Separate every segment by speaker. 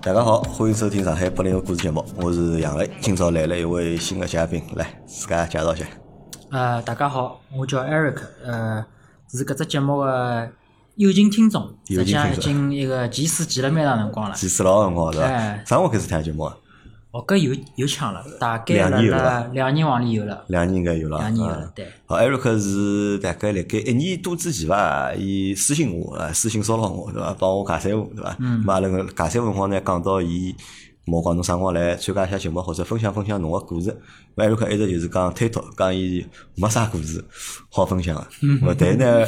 Speaker 1: 大家好，欢迎收听上海八零后故事节目，我是杨磊。今朝来了一位新的嘉宾，来自家介绍一下。
Speaker 2: 呃，大家好，我叫 Eric，呃，是搿只节目的友情听众，
Speaker 1: 友
Speaker 2: 实
Speaker 1: 情
Speaker 2: 际
Speaker 1: 听
Speaker 2: 上已
Speaker 1: 众
Speaker 2: 经一个几次几了蛮长辰光了，
Speaker 1: 几次老辰光是吧
Speaker 2: 哎？
Speaker 1: 啥辰光开始听节目啊？
Speaker 2: 哦，搿有有抢了，大概
Speaker 1: 两
Speaker 2: 辣
Speaker 1: 年有
Speaker 2: 辣
Speaker 1: 了
Speaker 2: 两年往里有了，
Speaker 1: 两年应该有了。
Speaker 2: 两年有了
Speaker 1: 嗯，
Speaker 2: 对，
Speaker 1: 好，Eric 是大概辣盖一年多之前伐，伊私信我，呃私信骚扰我，对伐？帮我尬三胡，对伐？嗯。嘛，那个尬三胡辰光呢，讲到伊，我讲侬啥辰光来参加一下节目，或者分享分享侬个故事。那 Eric 一直就是讲推脱，讲伊没啥故事好分享 个。嗯。但是呢，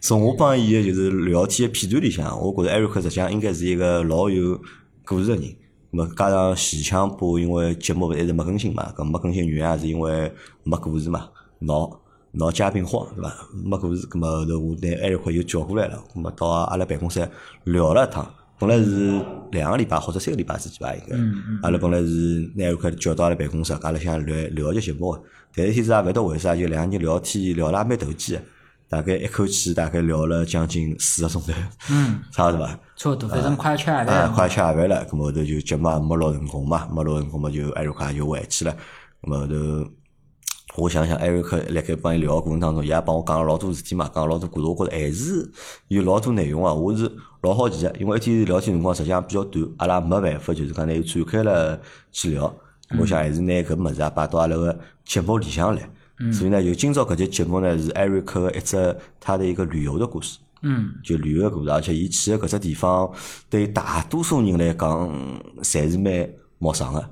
Speaker 1: 从我帮伊个就是聊天个片段里向，我觉着 Eric 实际上应该是一个老有故事个人。咁么加上前腔部，因为节目勿是一直没更新嘛，咁没更新原因也是因为没故事嘛，闹闹嘉宾荒对伐？没故事，咁么后头我拿艾瑞克又叫过来了，咁么到阿拉办公室聊了一趟。本来是两个礼拜或者三个礼拜之前吧，应该。阿拉本来是拿艾瑞克叫到阿拉办公室，阿拉想聊聊一节节目个，但是天是也勿晓得为啥，就两个人聊天聊了也蛮投机个，大概一口气大概聊了将近四个钟头，
Speaker 2: 嗯，
Speaker 1: 差勿多伐？
Speaker 2: 差不多，反正快吃夜
Speaker 1: 啊，
Speaker 2: 饭了，
Speaker 1: 快吃夜饭了，咁么后头就节目也没录成功嘛，没录成功嘛就艾瑞克也就回去了，咁么后头。我想想，艾瑞克辣盖帮伊聊个过程当中，伊也帮我讲了老多事体嘛，讲了老多故事，我觉着还是有老多内容啊。我是老好奇个，因为一天聊天辰光实际上比较短，阿拉没办法就是讲拿伊展开了去聊。我想还是拿搿物事啊摆到阿拉个节目里向来。所以呢，就今朝搿节节目呢是艾瑞克一只他的一个旅游的故事。
Speaker 2: 嗯，
Speaker 1: 就旅游个故事，而且伊去个搿只地方，对大多数人来讲，侪是蛮陌生个，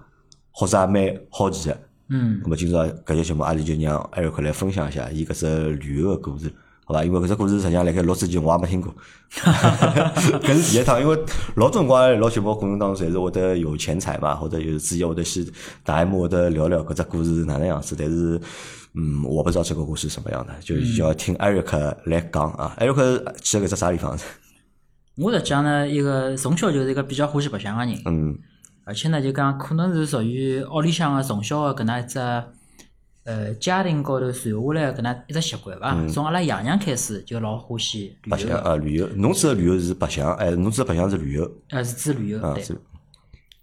Speaker 1: 或者也蛮好奇个。
Speaker 2: 嗯，
Speaker 1: 那么今朝搿节节目，阿里就让艾瑞克来分享一下伊搿只旅游个故事，好伐？因为搿只故事实际上辣盖录之前我也没听过，搿是第一趟。因为老早辰光阿拉录节目过程当中，侪是会得有钱财嘛，或者有之前会得先大 M 会得聊聊搿只故事是哪能样子，但是。嗯，我不知道这个故事什么样的，就就要听艾瑞克来讲啊。艾瑞克去了搿只啥地方？
Speaker 2: 我实际上呢，一个从小就是一个比较欢喜白相个人，
Speaker 1: 嗯
Speaker 2: 而且呢，就讲可能是属于屋里向个从小个搿能一只，呃，家庭高头传下来的搿能一只习惯伐，从阿拉爷娘开始就老欢喜
Speaker 1: 嗯
Speaker 2: 旅
Speaker 1: 白
Speaker 2: 游
Speaker 1: 相
Speaker 2: 的，
Speaker 1: 啊，旅游。侬指的旅游是白相，哎，侬指的白相是旅游
Speaker 2: 呃，是指旅游
Speaker 1: 啊，
Speaker 2: 对。
Speaker 1: 是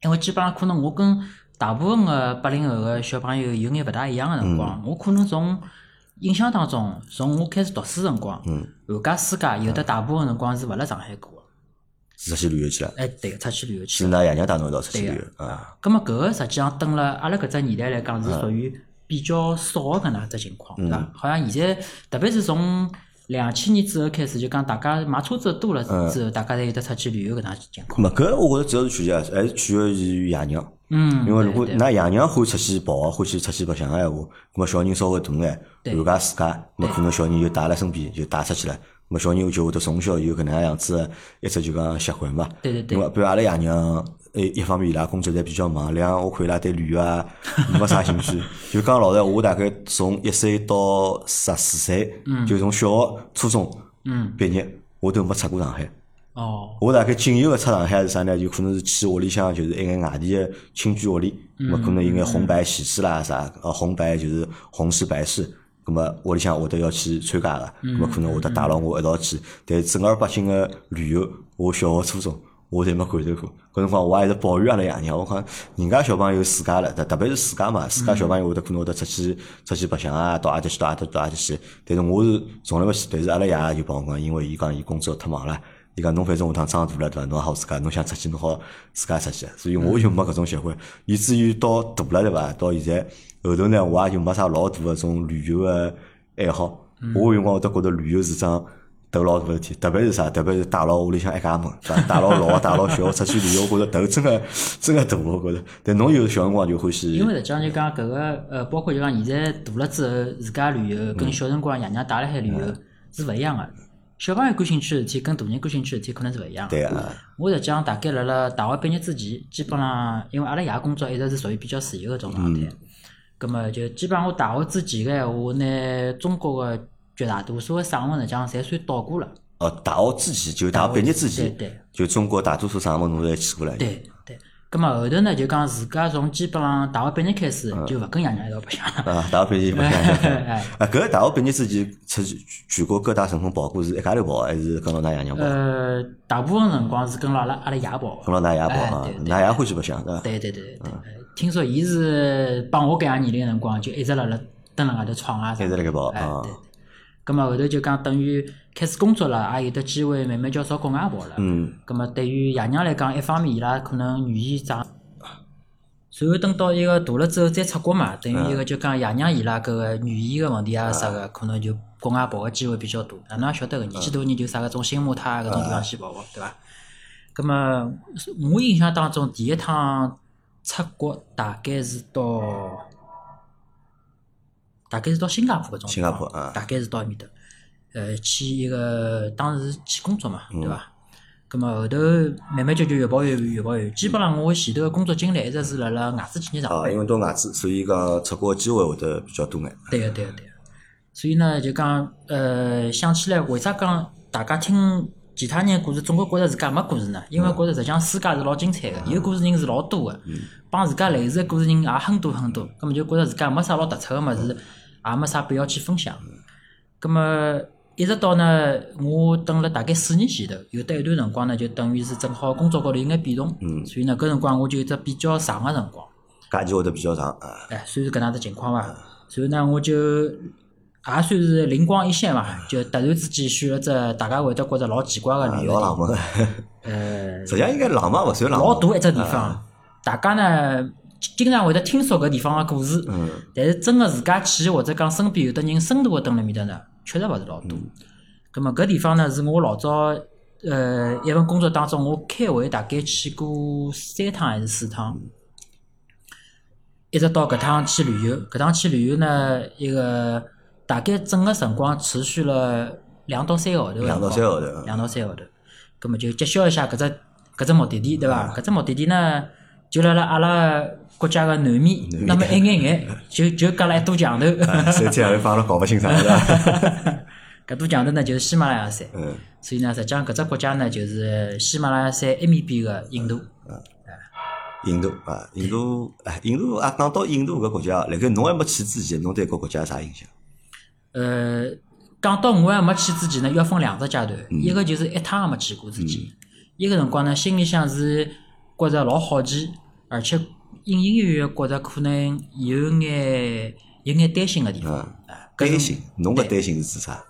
Speaker 2: 因为基本上可能我跟大部分个八零后个小朋友有眼勿大一样个辰光，我可能从印象当中，从我开始读书辰光，寒假暑假有的大部分辰光是勿辣上海过
Speaker 1: 是出去旅游去了，
Speaker 2: 个，哎，对，出去旅游去
Speaker 1: 是
Speaker 2: 了。
Speaker 1: 㑚爷娘带侬一道出去旅游啊。
Speaker 2: 咁么搿个实际上蹲辣阿拉搿只年代来讲是属于比较少个搿能介只情况，对伐？好像现在特别是从两千年之后开始，就讲大家买车子多了之后，大家侪有得出去旅游搿能介情况。
Speaker 1: 咁么搿我觉着主要是取决，还是取决于爷娘。
Speaker 2: 嗯，
Speaker 1: 因为如果
Speaker 2: 对对
Speaker 1: 㑚爷娘欢喜出去跑，啊欢喜出去白相个闲话，咁么小人稍微大眼，
Speaker 2: 对
Speaker 1: 寒假暑假，咁么可能小人就带辣身边，就带出去了。咁么小人就会得从小有搿能介样子的一只就讲习惯嘛。
Speaker 2: 对对对
Speaker 1: 因为比如阿拉爷娘，一一方面伊拉工作侪比较忙，两个我看伊拉对旅游 啊没啥兴趣。就讲老实，闲话，我大概从一岁到十四岁，就从小学、初中
Speaker 2: 嗯
Speaker 1: 毕业，我都没出过上海。
Speaker 2: 哦，
Speaker 1: 我大概仅有个出上海是啥呢？就可能是去屋里向，就是一眼外地个亲眷屋里，那么可能有眼红白喜事啦啥，呃，红白就是红事白事，那么屋里向会得要去参加个，那么可能会得带牢我一道去。但是正儿八经个旅游，我小学、初中我侪没感受过。搿辰光我也是抱怨阿拉爷娘，我讲人家小朋友自家了，特特别是自家嘛，自家小朋友会得可能会得出去出去白相啊，到阿搭去，到阿搭到阿搭去。但是我是从来勿去，但是阿拉爷就帮我讲，因为伊讲伊工作太忙了。伊讲侬反正下趟长大了对伐？侬也好自家，侬想出去侬好自家出去，所以我就没搿种习惯，以至于到大了对伐？到现在后头呢，我也就没啥老大个种旅游个爱好。我有辰光会得觉得旅游是桩头老大个事体，特别是啥？特别是带牢屋里向一家门，对伐？带牢老带牢小出去旅游，我觉着头真个真个大，我觉着。但侬有小辰光就欢喜
Speaker 2: 因为实际上就讲搿个呃，包括就讲现在大了之后，自家旅游跟小辰光爷娘带辣海旅游是勿一样个。小朋友感兴趣的事体跟大人感兴趣的事体可能是勿一样的。
Speaker 1: 对啊，
Speaker 2: 我实际上大概辣辣大学毕业之前，基本上因为阿拉爷工作一直是属于比较自由个种状态，葛么就基本上我大学之前个闲话，我拿中国个绝大多数个省份实际上侪算到过了。
Speaker 1: 哦，大学之前就大学毕业之
Speaker 2: 对
Speaker 1: 前，
Speaker 2: 对
Speaker 1: 就中国大多数省份侬侪去过了。
Speaker 2: 对对，咁么后头呢，就讲自家从基本上大学毕业开始就勿跟爷娘一道白相 了。
Speaker 1: 啊，大学毕业不相
Speaker 2: 哎
Speaker 1: 啊，搿个大学毕业之前出去全国各大省份跑过，是一家头跑，还是跟牢㑚爷娘跑？
Speaker 2: 呃，大部分辰光是跟牢阿拉阿拉爷跑
Speaker 1: 跟。牢㑚爷
Speaker 2: 哎
Speaker 1: 跑啊
Speaker 2: 对，对
Speaker 1: 㑚爷欢喜白相，对伐？
Speaker 2: 对对对对对，呃听说伊是帮我搿样年龄的辰光，就一直辣辣蹲辣外头闯啊啥
Speaker 1: 一
Speaker 2: 的。
Speaker 1: 直辣盖跑
Speaker 2: 哎
Speaker 1: 啊
Speaker 2: 对。咁么后头就讲等于开始工作了，也有得机会慢慢叫朝国外跑了。
Speaker 1: 嗯。
Speaker 2: 咁么对于爷娘来讲，一方面伊拉可能愿意长，随后等到一个大了之后再出国嘛，等
Speaker 1: 嗯
Speaker 2: 于一个就讲爷娘伊拉搿个语言个问题啊啥个，可能就国外跑个机会比较多。哪能也晓得个，年纪大人就啥搿种新马泰啊搿种地方去
Speaker 1: 嗯
Speaker 2: 跑跑，对伐？咁么我印象当中，第一趟出国大概是到，大概是到新加坡搿种地方，
Speaker 1: 新加坡啊
Speaker 2: 大概是到埃面搭，呃，去一个当时去工作嘛，
Speaker 1: 嗯
Speaker 2: 对伐？咁么后头慢慢就就越跑越远，越跑越远。基本上我前头个工作经历一直是辣辣外资企业上班
Speaker 1: 啊，因为到外资，所以讲出国的机会会得比较多眼。
Speaker 2: 对个，对个，对个。所以呢，就讲，呃，想起来，为啥讲大家听其他人故事，总归觉着自家没故事呢？因为觉着实际上世界是老精彩个，有故事人是老多个，帮自家类似个故事人也很多很多，咁么就觉着自家没啥老突出个物事，也没啥必要去分享。咁么一直到呢，我等了大概四年前头，有得一段辰光呢，就等于是正好工作高头有眼变动，所以呢，搿辰光我就有只比较长个辰光。
Speaker 1: 假期会得比较长啊。
Speaker 2: 哎，算是搿能样子情况伐。所以呢，我就也算是灵光一现伐，就突然之间选了只大家会得觉着老奇怪个旅游
Speaker 1: 老
Speaker 2: 地，
Speaker 1: 冷门，
Speaker 2: 呃，
Speaker 1: 实际上应该冷门勿算冷门。
Speaker 2: 老大一只地方，大家呢经常会得听说搿地方个故事，
Speaker 1: 嗯
Speaker 2: 但是真个自家去或者讲身边有的人深度个蹲辣面搭呢，确实勿是老多。
Speaker 1: 嗯
Speaker 2: 葛末搿地方呢，是我老早呃一份工作当中，我开会大概去过三趟还是四趟。
Speaker 1: 嗯
Speaker 2: 一直到搿趟去旅游，搿趟去旅游呢，一个大概整个辰光持续了两到三个号头的辰光，
Speaker 1: 两到三个号头嗯
Speaker 2: 两到三个号头。葛么就揭晓一下搿只搿只目的地，对伐？搿只目的地呢，就辣辣阿拉国家个南面，那么一眼 眼就就隔了一堵墙头，
Speaker 1: 手机还会放了搞勿清爽是吧？
Speaker 2: 搿堵墙头呢就是喜马拉雅山。
Speaker 1: 嗯，
Speaker 2: 所以呢，实际上搿只国家呢，就是喜马拉雅山埃面边个印度。
Speaker 1: 印度啊，印度哎，印度啊，讲到印度搿国家，辣盖侬还没去之前，侬对搿国家有啥印象？
Speaker 2: 呃，讲到我还没去之前呢，要分两只阶段，一个就是一趟也没去过之前，一个辰光呢，心里向是觉着老好奇，而且隐隐约约觉着可能有眼有眼担心个地方。
Speaker 1: 嗯
Speaker 2: 啊搿是
Speaker 1: 担心，侬搿担心是指
Speaker 2: 啊
Speaker 1: 啥？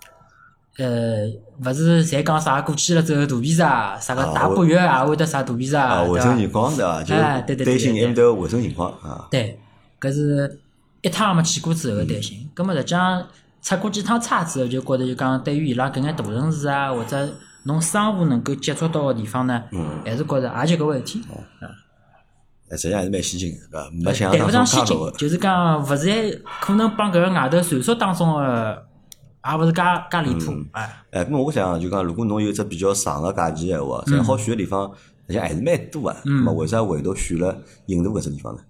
Speaker 2: 呃，勿是侪讲啥过去了之后肚皮啥，啥个
Speaker 1: 啊
Speaker 2: 大
Speaker 1: 我
Speaker 2: 半月也会得啥肚皮啥，
Speaker 1: 啊，
Speaker 2: 对
Speaker 1: 卫生
Speaker 2: 伐？
Speaker 1: 情况对伐？就是
Speaker 2: 哎对对对
Speaker 1: 担心
Speaker 2: 对对
Speaker 1: 埃面头卫生情况啊。
Speaker 2: 对，搿是一趟也没去过之后的担心。葛末实际上出过几趟差之后，就觉着就讲对于伊拉搿眼大城市啊，或者侬商务能够接触到个地方呢，
Speaker 1: 嗯
Speaker 2: 还是觉着也就搿回事体。
Speaker 1: 哎实际上还是蛮先进的，对伐？没想
Speaker 2: 谈
Speaker 1: 象
Speaker 2: 勿
Speaker 1: 当
Speaker 2: 上
Speaker 1: 中
Speaker 2: 先
Speaker 1: 介
Speaker 2: 进
Speaker 1: 弱，的。
Speaker 2: 就是讲勿是可能帮搿个外头传说当中个，也勿是介介离谱，哎。
Speaker 1: 哎，那么我想就
Speaker 2: 嗯
Speaker 1: 讲，如果侬有只比较长个假期闲话，实际上好选个地方，实际上还是蛮多啊。那么为啥唯独选了印度搿只地方呢？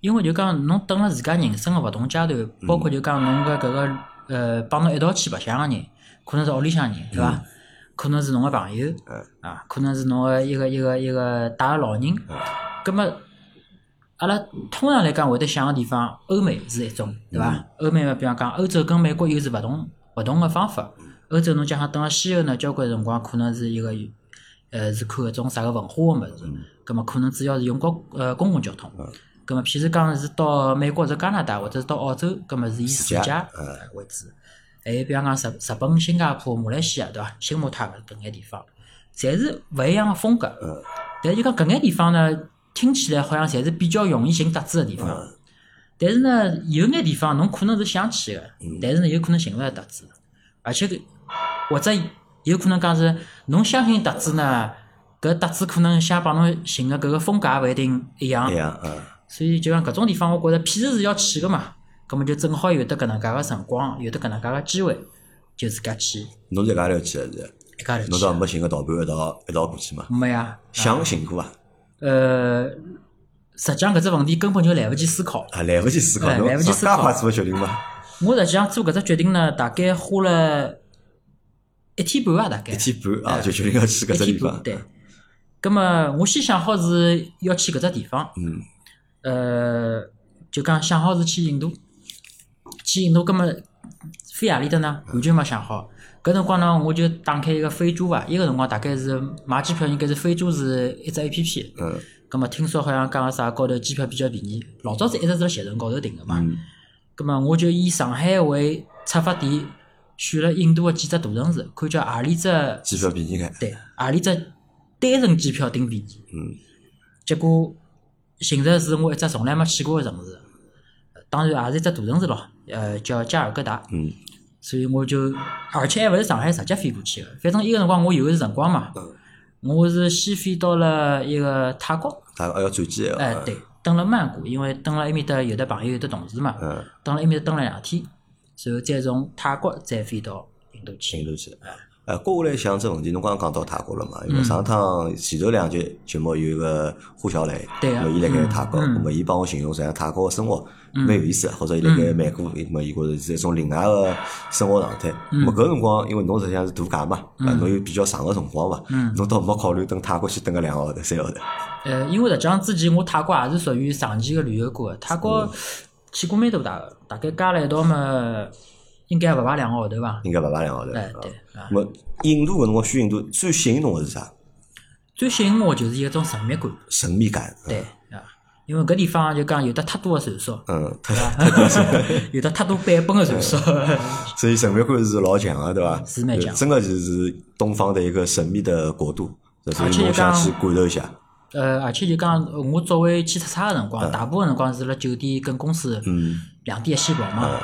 Speaker 2: 因为就讲侬等了自家人生个勿同阶段，包括就讲侬个搿个呃帮侬一道去白相个人，可能是屋里向人，对伐？可能是侬个朋友，啊，可能是侬个一个一个一个带个老人，葛末阿拉通常来讲会得想个地方，欧美是一种，对伐？欧美嘛，比方讲欧洲跟美国又是勿同勿同个方法。欧洲侬假想等了西欧呢，交关辰光可能是一个呃是看搿种啥个文化个物事，
Speaker 1: 嗯
Speaker 2: 葛末可能主要是用公呃公共交通。葛末譬如讲是到美国或者加拿大或者是到澳洲，葛末是以
Speaker 1: 自
Speaker 2: 自
Speaker 1: 驾
Speaker 2: 驾
Speaker 1: 嗯
Speaker 2: 呃为主。还有比方讲日日本、新加坡、马来西亚对伐？新马泰搿搿眼地方，侪是勿一样个风格。
Speaker 1: 嗯
Speaker 2: 但是就讲搿眼地方呢，听起来好像侪是比较容易寻搭子个地方。
Speaker 1: 嗯
Speaker 2: 但是呢，有眼地方侬可能是想去个，
Speaker 1: 嗯
Speaker 2: 但是呢，有可能寻勿着搭子，而且搿或者有可能讲是侬相信搭子呢，搿搭子可能想帮侬寻个搿个风格也勿一定一样
Speaker 1: 哎。呀，嗯。
Speaker 2: 所以就像搿种地方，我觉着譬如是要去个嘛，葛么就正好有得搿能介个辰光，有得搿能介个机会，就自家去
Speaker 1: 侬是一家头去的是？
Speaker 2: 一家头
Speaker 1: 侬倒
Speaker 2: 去。
Speaker 1: 没寻个同伴一道一道过去嘛？
Speaker 2: 没呀，
Speaker 1: 想寻过伐？
Speaker 2: 呃，实际上搿只问题根本就来勿及思考。
Speaker 1: 啊，来勿及思考，
Speaker 2: 哎
Speaker 1: 侬
Speaker 2: 来不及思
Speaker 1: 上介
Speaker 2: 考
Speaker 1: 快做个决定嘛？
Speaker 2: 我实际上做搿只决定呢，大概花了一天半啊，大概
Speaker 1: 一天半啊，就决定要去搿只
Speaker 2: 一
Speaker 1: 地
Speaker 2: 天半
Speaker 1: 方。
Speaker 2: 对。咁么我先想好是要去搿只地方，
Speaker 1: 嗯
Speaker 2: 呃，就讲想好是去印度，去印度，葛么飞啊何里搭
Speaker 1: 嗯
Speaker 2: 呢？完全没想好。搿辰光呢，我就打开一个飞猪啊，伊个辰光大概是买机票，应该是飞猪是一只 A P P。
Speaker 1: 嗯
Speaker 2: 葛么听说好像讲啥高头机票比较便宜，老早子一直是辣携程高头订个嘛。
Speaker 1: 嗯
Speaker 2: 葛么我就以上海为出发点，选了印度个几只大城市，看叫何里只
Speaker 1: 机票便宜眼，
Speaker 2: 对，何里只单程机票顶便宜。
Speaker 1: 嗯。
Speaker 2: 结果，寻着是我一只从来没去过个城市，呃当然也是一只大城市咯，呃，叫加尔各答。
Speaker 1: 嗯
Speaker 2: 所以我就，而且还勿是上海直接飞过去个，反正伊个辰光我有个是辰光嘛，
Speaker 1: 嗯，
Speaker 2: 我是先飞到了一个泰国，
Speaker 1: 他还要转机
Speaker 2: 哎、
Speaker 1: 个，
Speaker 2: 对，蹲了曼谷，因为蹲了埃面搭有的朋友有的同事嘛，
Speaker 1: 嗯，
Speaker 2: 蹲了埃面搭蹲了两天，然后再从泰国再飞到印度
Speaker 1: 印
Speaker 2: 去。
Speaker 1: 度去。呃，过下来想只问题，侬刚刚讲到泰国了嘛？
Speaker 2: 嗯
Speaker 1: 因为上趟前头两集节目有一个胡小雷，
Speaker 2: 对啊
Speaker 1: 咾伊辣盖泰国，
Speaker 2: 嗯嗯嗯
Speaker 1: 那么伊帮我形容实际上泰国个生活蛮有意思的，或者伊辣盖曼谷，那么伊觉着是一种另外个生活常态。
Speaker 2: 嗯
Speaker 1: 那么搿辰光，因为侬实际上是度假嘛，啊侬有比较长个辰光嘛，
Speaker 2: 嗯
Speaker 1: 侬倒没考虑等泰国去等个两个号头、三个号头。
Speaker 2: 呃，因为实际上之前我泰国也是属于长期个旅游过的，泰国去过蛮多大个，大概加了一道嘛，应该勿排两个号头伐？
Speaker 1: 应该勿排两个号头。
Speaker 2: 哎
Speaker 1: 啊，
Speaker 2: 对。啊
Speaker 1: 那么印度搿辰光去印度最吸引侬个是啥？
Speaker 2: 最吸引我就是一种神秘感，
Speaker 1: 神秘感。
Speaker 2: 对啊，因为搿地方就讲有得太多个传 说，
Speaker 1: 嗯，特
Speaker 2: 有得太多版本个传说，
Speaker 1: 所以神秘感是老强的，对吧？
Speaker 2: 嗯是蛮强
Speaker 1: 真的就是东方的一个神秘的国度，所
Speaker 2: 而
Speaker 1: 以
Speaker 2: 且
Speaker 1: 我想
Speaker 2: 讲
Speaker 1: 去感受一下。
Speaker 2: 呃，而且就讲呃我作为去出差个辰光，大部分辰光是辣酒店跟公司
Speaker 1: 嗯
Speaker 2: 两点一线跑嘛。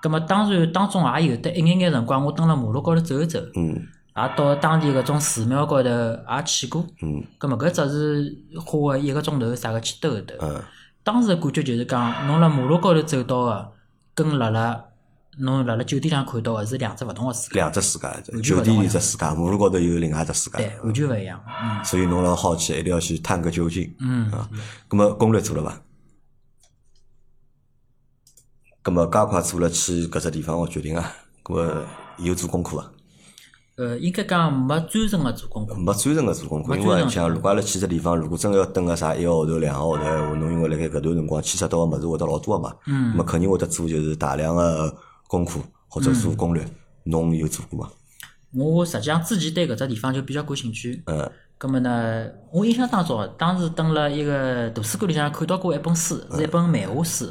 Speaker 2: 葛么当然当中也有得一眼眼辰光，我蹲辣马路高头走一走，
Speaker 1: 嗯
Speaker 2: 也到当地搿种寺庙高头也去过。
Speaker 1: 嗯
Speaker 2: 葛么搿只是花个一个钟头啥个去兜一兜。
Speaker 1: 嗯
Speaker 2: 当时个感觉就是讲，侬辣马路高头走到个，跟辣辣侬辣辣酒店上看到个是两只勿同个世界，
Speaker 1: 两只世界，
Speaker 2: 完全
Speaker 1: 酒
Speaker 2: 勿
Speaker 1: 店
Speaker 2: 同
Speaker 1: 一只世界，马路高头有另外一只世
Speaker 2: 对
Speaker 1: 界，，
Speaker 2: 完全勿一样。嗯
Speaker 1: 所以侬老好奇，一定要去探个究竟。
Speaker 2: 嗯。
Speaker 1: 啊，那么攻略做了伐？那么加快做了去搿只地方个决定啊，那么有做功课伐？啊
Speaker 2: 呃，应该讲没专程个做功课，
Speaker 1: 没专程个做功课，
Speaker 2: 没
Speaker 1: 因
Speaker 2: 专
Speaker 1: 为
Speaker 2: 程
Speaker 1: 像如果阿拉去只地方，如果真个要等个啥一个号头、两个号头闲话，侬因为辣盖搿段辰光牵涉到个物事会得老多个嘛，
Speaker 2: 嗯
Speaker 1: 咾么肯定会得做就是大量个功课或者做攻略，侬有做过伐？
Speaker 2: 我实际上之前对搿只地方就比较感兴趣。
Speaker 1: 嗯
Speaker 2: 葛么呢，我印象当中啊，当时蹲辣一个图书馆里向看到过一本书，是一本漫画书，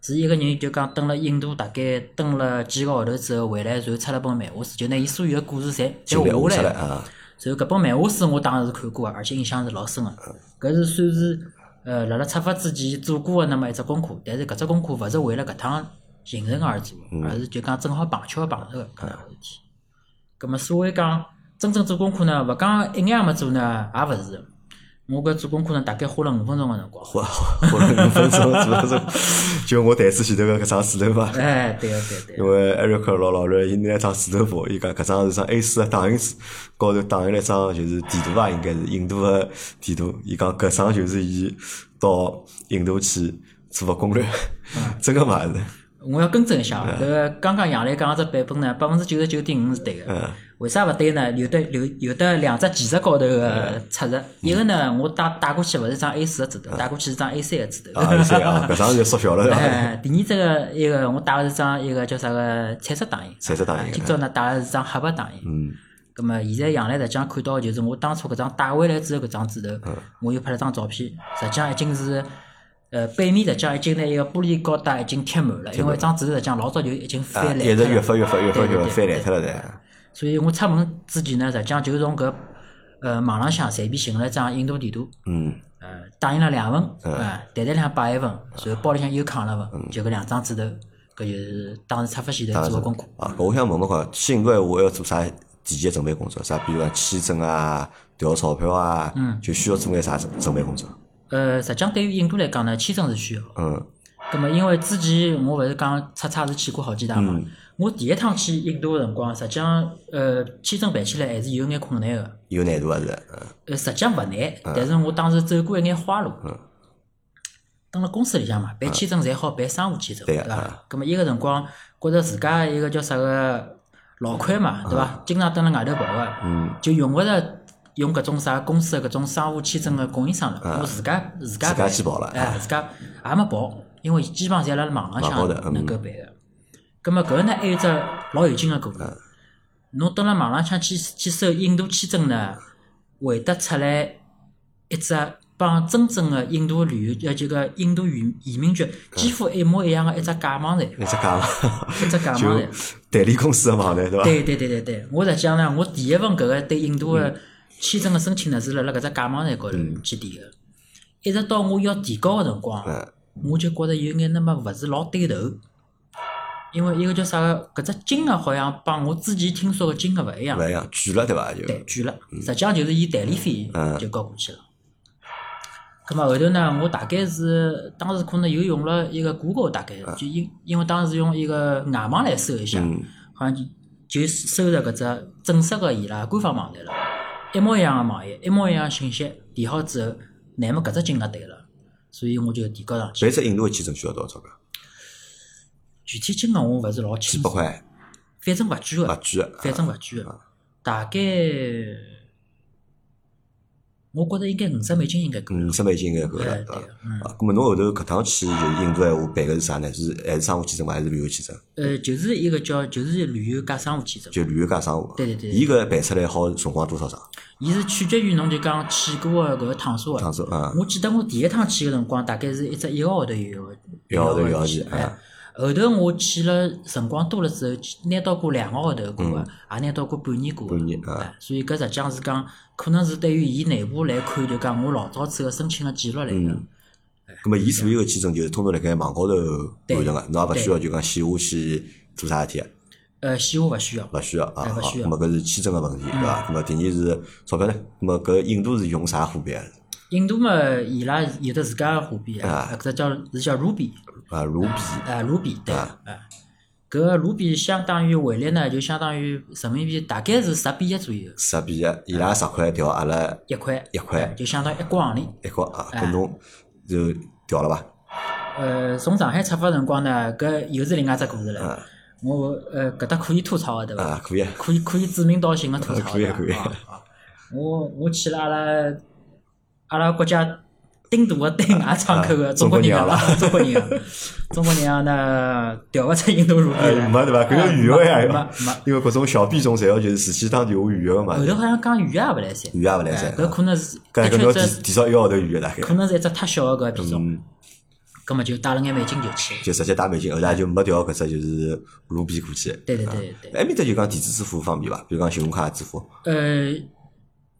Speaker 2: 是一个人就讲蹲辣印度，大概蹲了几个号头之后回来，然后出了本漫画书，就拿伊所有个故事侪
Speaker 1: 就来
Speaker 2: 侪
Speaker 1: 画
Speaker 2: 画
Speaker 1: 出
Speaker 2: 下
Speaker 1: 来
Speaker 2: 来了。
Speaker 1: 啊，
Speaker 2: 然后搿本漫画书我当时是看过啊个，而且印象是老深个。搿是算是呃辣辣出发之前做过个那么一只功课，但是搿只功课勿是为了搿趟行程而做，而是就讲正好碰巧碰着搿能介个事体。葛末所谓讲真正做功课呢，勿讲一眼也没做呢，也勿是。我搿做功课呢，大概花了五分钟个辰光。
Speaker 1: 画画了五分钟，做了做，就我台子前头个搿张纸头嘛。
Speaker 2: 哎，对个对个对
Speaker 1: 因
Speaker 2: 个，
Speaker 1: 为艾瑞克老老了，伊拿一张纸头布，伊讲搿张是张 A 四的打印纸，高头打印了一张就是地图吧，应该是印度的地图。伊讲搿张就是伊到印度去做个攻略，
Speaker 2: 嗯
Speaker 1: 真个嘛是？
Speaker 2: 我要更正一下啊，搿个刚刚杨磊讲个只版本呢，百分之九十九点五是对个。
Speaker 1: 嗯
Speaker 2: 为啥勿对呢？有的有有的两只技术高头个出入，一个呢，我打打过去勿是张 A 四个纸头，打过去是张啊 A 三个纸头。
Speaker 1: 啊，有三啊，搿张就缩小了对伐？
Speaker 2: 哎，第二只个一个我打的是张一个叫啥个彩色打印，
Speaker 1: 彩色打印
Speaker 2: 啊今朝呢打的是张黑白打印。嗯。咁么现在杨澜实际上看到的就是我当初搿张打回来之后搿张纸头，我又拍了张照片，实际上已经是。呃，背面实际上已经拿一个玻璃高搭已经贴满了，因为张纸头实际上老早就已经翻
Speaker 1: 啊，
Speaker 2: 烂脱了。
Speaker 1: 一直越翻越翻越翻
Speaker 2: 对
Speaker 1: 越
Speaker 2: 对
Speaker 1: 翻
Speaker 2: 对
Speaker 1: 烂脱了的。
Speaker 2: 所以我出门之前呢，实际上就从搿呃网浪向随便寻了一张印度地图，
Speaker 1: 嗯，
Speaker 2: 呃，打印了两份，啊，袋袋里向摆一份，然后包里向又扛了份，就搿两张纸头，搿就是嗯当时出发前头做个功课。
Speaker 1: 啊，搿我想问问看，去印度闲话要做啥提前准备工作？啥比如讲签证啊、调钞票啊，
Speaker 2: 嗯
Speaker 1: 就需要做眼啥准准备工作？
Speaker 2: 呃，实际上对于印度来讲呢，签证是需要的。
Speaker 1: 嗯
Speaker 2: 葛末因为之前我勿是讲出差是去过好几趟嘛，我第一趟去印度个辰光，实际上呃签证办起来还是有眼困难个。
Speaker 1: 有难度还是？嗯
Speaker 2: 呃，实际上勿难，但是我当时走过一眼花路。
Speaker 1: 嗯
Speaker 2: 蹲辣公司里向嘛，办签证侪好办商务签证，
Speaker 1: 对
Speaker 2: 对
Speaker 1: 啊
Speaker 2: 伐？葛末伊个辰光觉着自家
Speaker 1: 嗯
Speaker 2: 啊一个叫啥个老快嘛，对伐？经常蹲辣外头跑个，就用勿着用搿种啥公司的搿种商务签证的供应商了，我自家自家
Speaker 1: 嗯自家
Speaker 2: 办
Speaker 1: 去跑了
Speaker 2: 哎，自家也没跑，因为基本上侪辣辣网浪
Speaker 1: 网高头嗯
Speaker 2: 向能够办的。葛末搿呢还有一只老有劲个故
Speaker 1: 啊
Speaker 2: 事，侬蹲辣网浪向去去搜印度签证呢，会得出来一只帮真正的印度旅游呃这个印度移移民
Speaker 1: 啊
Speaker 2: 局几乎一模一样的一只假网站，
Speaker 1: 一只讲
Speaker 2: 一只假
Speaker 1: 就
Speaker 2: 网站。
Speaker 1: 代理公司的网站对伐？
Speaker 2: 对对对对对，我实际上呢，我第一份搿个对印度个签证个申请呢，是辣辣搿只假网站高头去填个。一直到我要提交个辰光，啊
Speaker 1: 嗯
Speaker 2: 我就觉着有眼那么勿是老对头，因为一个叫啥个搿只金啊额好像帮我之前听说个金额啊勿一样，
Speaker 1: 勿一样，啊举了对伐？就
Speaker 2: 对，贵了。实际上就是以代理费
Speaker 1: 嗯
Speaker 2: 就交过去了。咁么后头呢，我大概是当时可能又用了一个 Google，大概就因因为当时用一个外网来搜一下，
Speaker 1: 嗯
Speaker 2: 好像就就搜着搿只正式个伊拉官方网站了，一模一样个网页，一模一样的信息，填好之后，乃末搿只金额对了，所以我就提交上去。
Speaker 1: 办只印度的签证需要多少钞票？
Speaker 2: 具体金额我勿是老
Speaker 1: 几
Speaker 2: 清
Speaker 1: 百
Speaker 2: 楚，
Speaker 1: 块
Speaker 2: 反正勿贵
Speaker 1: 勿
Speaker 2: 个，
Speaker 1: 贵啊，
Speaker 2: 反正勿贵个，大概我觉着应该五十美金应该够。
Speaker 1: 五十美金应该够了
Speaker 2: 哎
Speaker 1: 对伐
Speaker 2: 对？嗯
Speaker 1: 啊，那么侬后头搿趟去就是印度闲话办个是啥呢？是还是商务签证吗？还是旅游签证？
Speaker 2: 呃，就是一个叫就是旅游加商务签证，
Speaker 1: 就旅游加商务。
Speaker 2: 对对对啊
Speaker 1: 伊搿办出来好辰光多少长？
Speaker 2: 伊是取决于侬就讲去过的搿个趟数
Speaker 1: 长
Speaker 2: 个。
Speaker 1: 是啊，
Speaker 2: 我记得我第一趟去个辰光，大概是一只一个号头有个，
Speaker 1: 一个号头
Speaker 2: 有
Speaker 1: 一个号头
Speaker 2: 去
Speaker 1: 啊
Speaker 2: 哎，后头我去了辰光多了之后，去拿到过两个号头过个，也拿到过半年过
Speaker 1: 嗯
Speaker 2: 个。
Speaker 1: 半年啊
Speaker 2: 哎所以搿实际上是讲，可能是对于伊内部来看，就讲我老早子个申请个记录来个。
Speaker 1: 嗯咁么伊所有个签证就是通通辣盖网高头完成个，侬也勿
Speaker 2: 对
Speaker 1: 需要就讲线下去做啥事体，啊
Speaker 2: 呃，西湖勿需要。
Speaker 1: 勿需要啊。
Speaker 2: 哎
Speaker 1: 好，
Speaker 2: 勿需
Speaker 1: 咁
Speaker 2: 要嗯
Speaker 1: 么搿是签证个问题对伐？咁么第二是钞票呢？咁么搿印度是用啥货币啊？
Speaker 2: 印度嘛，伊拉有得自家个货币
Speaker 1: 啊
Speaker 2: 啊，搿只叫是叫 Ruby。
Speaker 1: 啊，卢比
Speaker 2: 啊，卢比对，啊，搿个卢比相当于汇率呢，就相当于人民币大概是十比一左右，
Speaker 1: 十比一，伊拉十块调阿拉
Speaker 2: 一块，啊
Speaker 1: 一块
Speaker 2: 就相当于一角行钿。
Speaker 1: 一角啊，
Speaker 2: 嗯
Speaker 1: 咁侬就调了伐？
Speaker 2: 呃，从上海出发辰光呢，搿又是另外一只故事了。我呃，搿搭可以吐槽个对伐？
Speaker 1: 啊，可以，
Speaker 2: 可以可以指名道姓个吐槽
Speaker 1: 可以
Speaker 2: 对伐
Speaker 1: 可以
Speaker 2: 啊啊我我去了阿拉阿拉国家顶大个对外窗口
Speaker 1: 啊
Speaker 2: 个中国人行
Speaker 1: 啊
Speaker 2: 了，中国人行，中 国人行呢调勿出印度卢比
Speaker 1: 呃，
Speaker 2: 来，
Speaker 1: 没对伐？搿
Speaker 2: 哎
Speaker 1: 要预约
Speaker 2: 没
Speaker 1: 呀
Speaker 2: 没没，
Speaker 1: 因为搿种小币种侪要就是事先当地有预约个嘛，
Speaker 2: 后
Speaker 1: 预
Speaker 2: 头
Speaker 1: 约
Speaker 2: 好像讲语言也勿来三，
Speaker 1: 也勿来
Speaker 2: 哎
Speaker 1: 三，
Speaker 2: 搿可能是
Speaker 1: 嗯搿
Speaker 2: 的
Speaker 1: 搿侬要
Speaker 2: 确
Speaker 1: 提
Speaker 2: 只
Speaker 1: 提早一个号头预约大概，
Speaker 2: 可能是一只太小个搿品种，
Speaker 1: 嗯，
Speaker 2: 葛末就带了眼美金就去了。
Speaker 1: 就直接打美金，后头也就没调搿只就是卢比过去。
Speaker 2: 对对对对，对
Speaker 1: 埃面搭就讲电子支付方便伐？比如讲信用卡支付，
Speaker 2: 呃，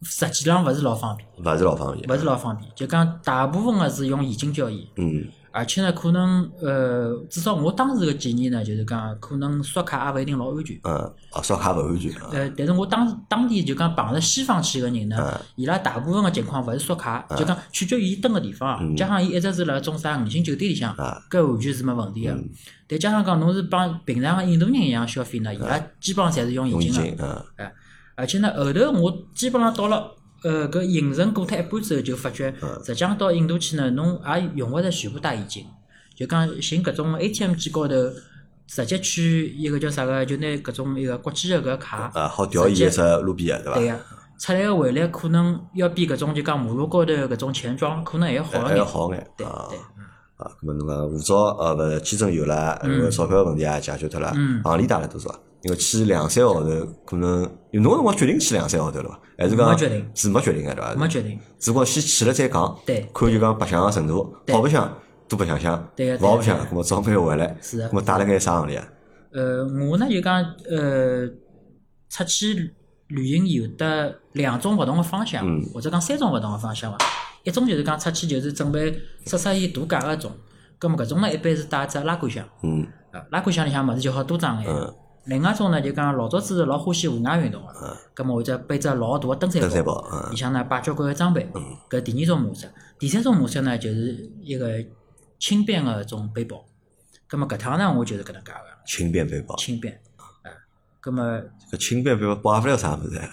Speaker 2: 实际上勿是老方便，
Speaker 1: 勿是老方便。
Speaker 2: 勿是老方便，就讲大部分个是用现金交易，
Speaker 1: 嗯，
Speaker 2: 而且呢，可能呃，至少我当时个建议呢，就是讲可能刷卡也勿一定老安全。
Speaker 1: 嗯，哦，刷卡勿安全啊。
Speaker 2: 呃，但是我当当地就讲碰着西方去个人呢，伊拉大部分个情况勿是刷卡，就讲取决于伊蹲个地方啊，加上伊一直是辣种啥五星酒店里向
Speaker 1: 啊，
Speaker 2: 搿完全是没问题个。再加上讲侬是帮平常个印度人一样消费呢，伊拉基本上侪是嗯用
Speaker 1: 用
Speaker 2: 现
Speaker 1: 现
Speaker 2: 金
Speaker 1: 金
Speaker 2: 个，，
Speaker 1: 嗯，
Speaker 2: 哎，而且呢后头我基本上到了。呃，搿行程过脱一半之后，就发觉，
Speaker 1: 嗯
Speaker 2: 实际上到印度去呢，侬也用勿着全部带现金，就讲寻搿种 ATM 机高头，直接去一个叫啥个，就拿搿种一个国际个搿个卡，
Speaker 1: 啊，好调伊一只卢比个
Speaker 2: 对
Speaker 1: 对伐？
Speaker 2: 呀、出来个汇率可能要比搿种就讲马路高头搿种钱庄可能还要好一
Speaker 1: 哎还
Speaker 2: 眼
Speaker 1: 要。好眼
Speaker 2: 对
Speaker 1: 啊
Speaker 2: 对。
Speaker 1: 啊，咁么侬讲护照呃勿是签证有了，
Speaker 2: 嗯
Speaker 1: 然后钞票问题也解决脱了，行李带了多少？因为去两三个号头，可能因为侬有辰光决定去两三个号头了伐？还是讲
Speaker 2: 没决定
Speaker 1: 是没决定个对伐？
Speaker 2: 没决定，
Speaker 1: 只不过先去了再讲，
Speaker 2: 对
Speaker 1: 看就讲白相个程度，
Speaker 2: 对
Speaker 1: 好白相多白相相，
Speaker 2: 对个
Speaker 1: 勿好白相
Speaker 2: 对，个
Speaker 1: 咁么装备回来，
Speaker 2: 是的
Speaker 1: 咁么带了眼啥行李啊？
Speaker 2: 呃，我呢就讲呃，出去旅行有得两种勿同个方向，
Speaker 1: 嗯
Speaker 2: 或者讲三种勿同个方向伐。一种就是讲出去就是准备出出去度假个种，葛末搿种呢一般是带只拉杆箱，
Speaker 1: 嗯，
Speaker 2: 啊，拉杆箱里向物事就好多装眼。另外一种呢，就讲老早子是老欢喜户外运动个，葛末我就背只老大个登山
Speaker 1: 嗯登山
Speaker 2: 包
Speaker 1: 包，嗯。
Speaker 2: 里向呢摆交关个装备，搿第二种模式。第三种模式呢，就是一个轻便个种背包。葛么搿趟呢，我就是搿能介个
Speaker 1: 轻便背包，
Speaker 2: 轻便，啊，葛么
Speaker 1: 搿轻便背包摆勿了啥物事，对伐？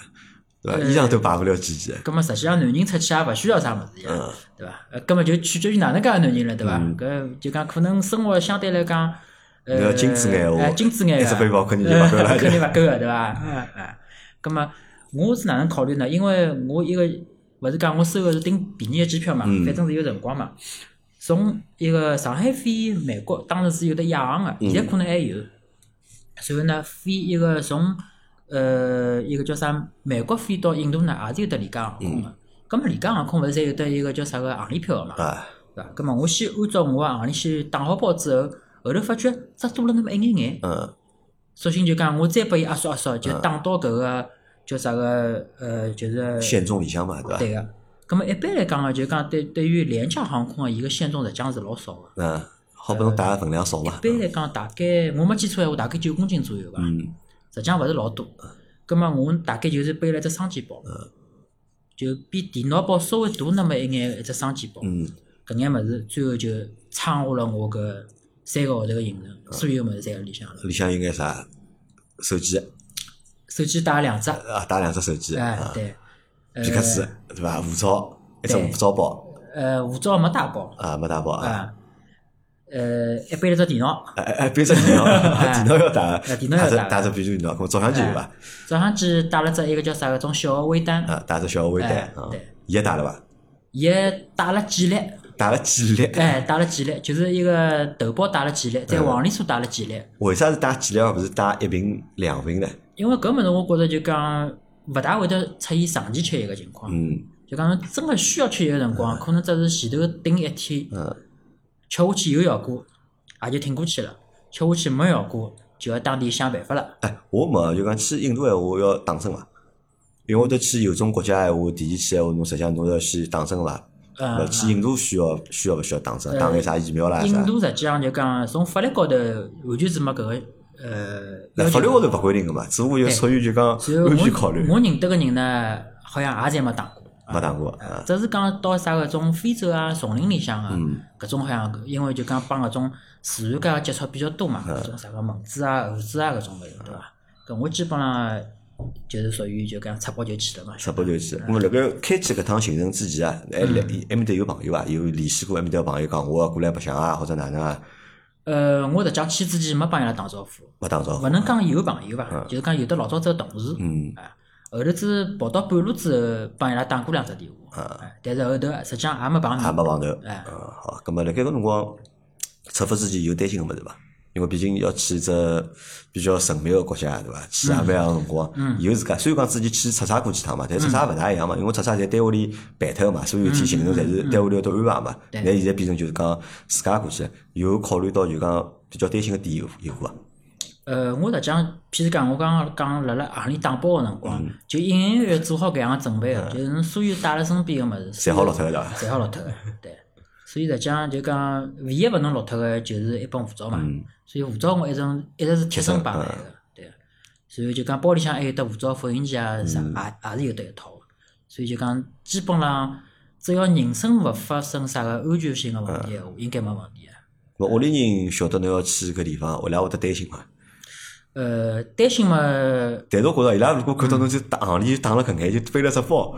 Speaker 2: 呃
Speaker 1: 衣裳都摆勿了几件，
Speaker 2: 葛么实际上男人出去也勿需要啥物事
Speaker 1: 嗯
Speaker 2: 呀，对伐？呃，葛么就取决于哪能介个男人了，对伐？搿就讲可能生活相对来讲，
Speaker 1: 你要
Speaker 2: 呃，
Speaker 1: 精致眼的话
Speaker 2: 哎精致眼 的，
Speaker 1: 一只背包肯定就勿够了
Speaker 2: 哎呃肯定勿够个，对伐？嗯嗯，葛么我是哪能考虑呢？因为我一个勿是讲我收个是订便宜个机票嘛，
Speaker 1: 嗯
Speaker 2: 反正是有辰光嘛。从一个上海飞美国，当时是有得亚
Speaker 1: 嗯
Speaker 2: 航个，现在可能还有。随后呢，飞一个从呃一个叫啥美国飞到印度呢，也是有得廉价航空个。咁么廉价航空勿是侪有得一个叫啥个行李票个嘛？
Speaker 1: 啊，
Speaker 2: 对伐？咁么我先按照我个行李先打好包之后，后头发觉只多了那么一眼眼，
Speaker 1: 嗯
Speaker 2: 索性就讲我再拨伊压缩压缩，就打到搿个呃叫啥个呃，就是
Speaker 1: 限重里向嘛，对伐？
Speaker 2: 对个。咁么一般来讲呢，就讲对对于廉价航空个啊伊个限重实际上是老少个。
Speaker 1: 嗯，好拨侬带个分量少嘛
Speaker 2: 一，般来讲，大概我没记错闲话，大概九公斤左右吧，
Speaker 1: 嗯
Speaker 2: 实际上勿是老多。咁么我大概就是背了一只双肩包，
Speaker 1: 嗯
Speaker 2: 就比电脑包稍微大那么一眼一只双肩包。
Speaker 1: 嗯
Speaker 2: 搿眼物事最后就撑下了我搿三个号头个行
Speaker 1: 嗯
Speaker 2: 程，所有物事侪辣里向了。
Speaker 1: 里向有眼啥？手机
Speaker 2: 手机带了两只，
Speaker 1: 啊，带两只手机，
Speaker 2: 哎
Speaker 1: 啊，
Speaker 2: 对，
Speaker 1: 皮克斯对伐？护照，一只
Speaker 2: 对
Speaker 1: 护照包
Speaker 2: 呃，护照没带包
Speaker 1: 啊，没带包啊，
Speaker 2: 啊，呃，一般一只电脑，
Speaker 1: 哎哎哎，别只电脑， 电啊脑要带，
Speaker 2: 哎电脑要
Speaker 1: 带
Speaker 2: 带
Speaker 1: 只带只笔记本电脑，我照相机有伐？
Speaker 2: 照相机带了只一个叫啥个种小个微单，
Speaker 1: 啊，带只小微单
Speaker 2: 哎
Speaker 1: 啊
Speaker 2: 对，
Speaker 1: 伊也带了伐？
Speaker 2: 伊带了几粒，
Speaker 1: 带了几粒？
Speaker 2: 哎，带了几粒，就是一个头孢带了几粒，再
Speaker 1: 嗯
Speaker 2: 黄连素带了几粒，
Speaker 1: 为啥是带几粒而勿是带一瓶两瓶呢？
Speaker 2: 因为搿物事我觉着就讲勿大会得出现长期缺一个情况，
Speaker 1: 嗯
Speaker 2: 就讲侬真个需要缺一个辰光，可能只是前头顶一天。
Speaker 1: 嗯
Speaker 2: 吃下去有效果，也就挺过去了；吃下去没效果，就要当地想办法了。
Speaker 1: 哎，我没就讲去印度闲话要打针伐？因为我得去有种国家闲话，第一去闲话，侬实际上侬要先打针伐？
Speaker 2: 嗯
Speaker 1: 呃，，去印度需要需要勿需要打针？
Speaker 2: 呃
Speaker 1: 打眼啥疫苗啦
Speaker 2: 印
Speaker 1: 啥？
Speaker 2: 度实际上就讲从法律高头完全是没搿个呃
Speaker 1: 那
Speaker 2: 要
Speaker 1: 法律
Speaker 2: 求
Speaker 1: 高
Speaker 2: 的。
Speaker 1: 头勿规定个嘛，只不过就
Speaker 2: 对
Speaker 1: 出于就讲
Speaker 2: 所以我
Speaker 1: 安全考虑，
Speaker 2: 我认得个人呢，好像也侪没打过。
Speaker 1: 没打过
Speaker 2: 啊
Speaker 1: 啊。
Speaker 2: 只是讲到啥搿种非洲啊、丛林里向啊，搿种好像因为就讲帮搿种自然界个接触比较多嘛，啊搿种啥个蚊子啊、猴子啊搿种物事，对伐？搿我基本上就是属于就讲赤膊就去了嘛。
Speaker 1: 差不多就去。我辣盖开启搿趟行程之前啊，还来
Speaker 2: 嗯
Speaker 1: 埃面搭有朋友伐？有联系过埃面搭朋友讲，我要过来白相啊，或者哪能啊，
Speaker 2: 呃，我实际上去之前没帮伊拉打招呼，
Speaker 1: 没打招呼
Speaker 2: 勿。能讲有朋友伐，就是讲有的老早子个同事，
Speaker 1: 嗯
Speaker 2: 啊，后头子跑到半路之后帮伊拉打过两只电话，哎但是后头实际上也没碰
Speaker 1: 也
Speaker 2: 面，
Speaker 1: 没碰头。
Speaker 2: 哎
Speaker 1: 嗯，好，咁么辣盖搿辰光出发之前有担心个物事伐？因为毕竟要去一只比较神秘个国家，对伐？去也蛮长辰光，
Speaker 2: 嗯
Speaker 1: 有自家虽然讲之前去出差过几趟嘛，但出差勿大一样嘛，因为出差在单位里办脱个嘛，所以有天行程侪是单位里要都安排嘛。
Speaker 2: 嗯对
Speaker 1: 那现在变成就是讲自家过去，有考虑到就讲比较担心个点有有过伐？
Speaker 2: 呃，我实际上，譬如讲，我刚刚讲辣辣行里打包个辰
Speaker 1: 嗯
Speaker 2: 光，就隐隐约约做好搿样个准备个，就是侬所有带辣身边个物事，
Speaker 1: 侪嗯好落脱个对伐？
Speaker 2: 侪好落脱个，对。所以实际上就讲，唯一勿能落脱个就是一本护照嘛。
Speaker 1: 嗯
Speaker 2: 所以护照我一直一直是贴身摆来个，对。所以就讲包里向还有得护照复印件啊
Speaker 1: 嗯
Speaker 2: 啥，也也是有得一套个。所以就讲，基本上只要人身勿发生啥个安全性个问题
Speaker 1: 嗯
Speaker 2: 闲话，应该没问题个。
Speaker 1: 咾屋里人晓得侬要去搿地方，伊拉会得担心嘛？
Speaker 2: 呃，担心嘛，
Speaker 1: 但是我觉着伊拉如果看到侬就打行李打了搿眼，就背了只 包，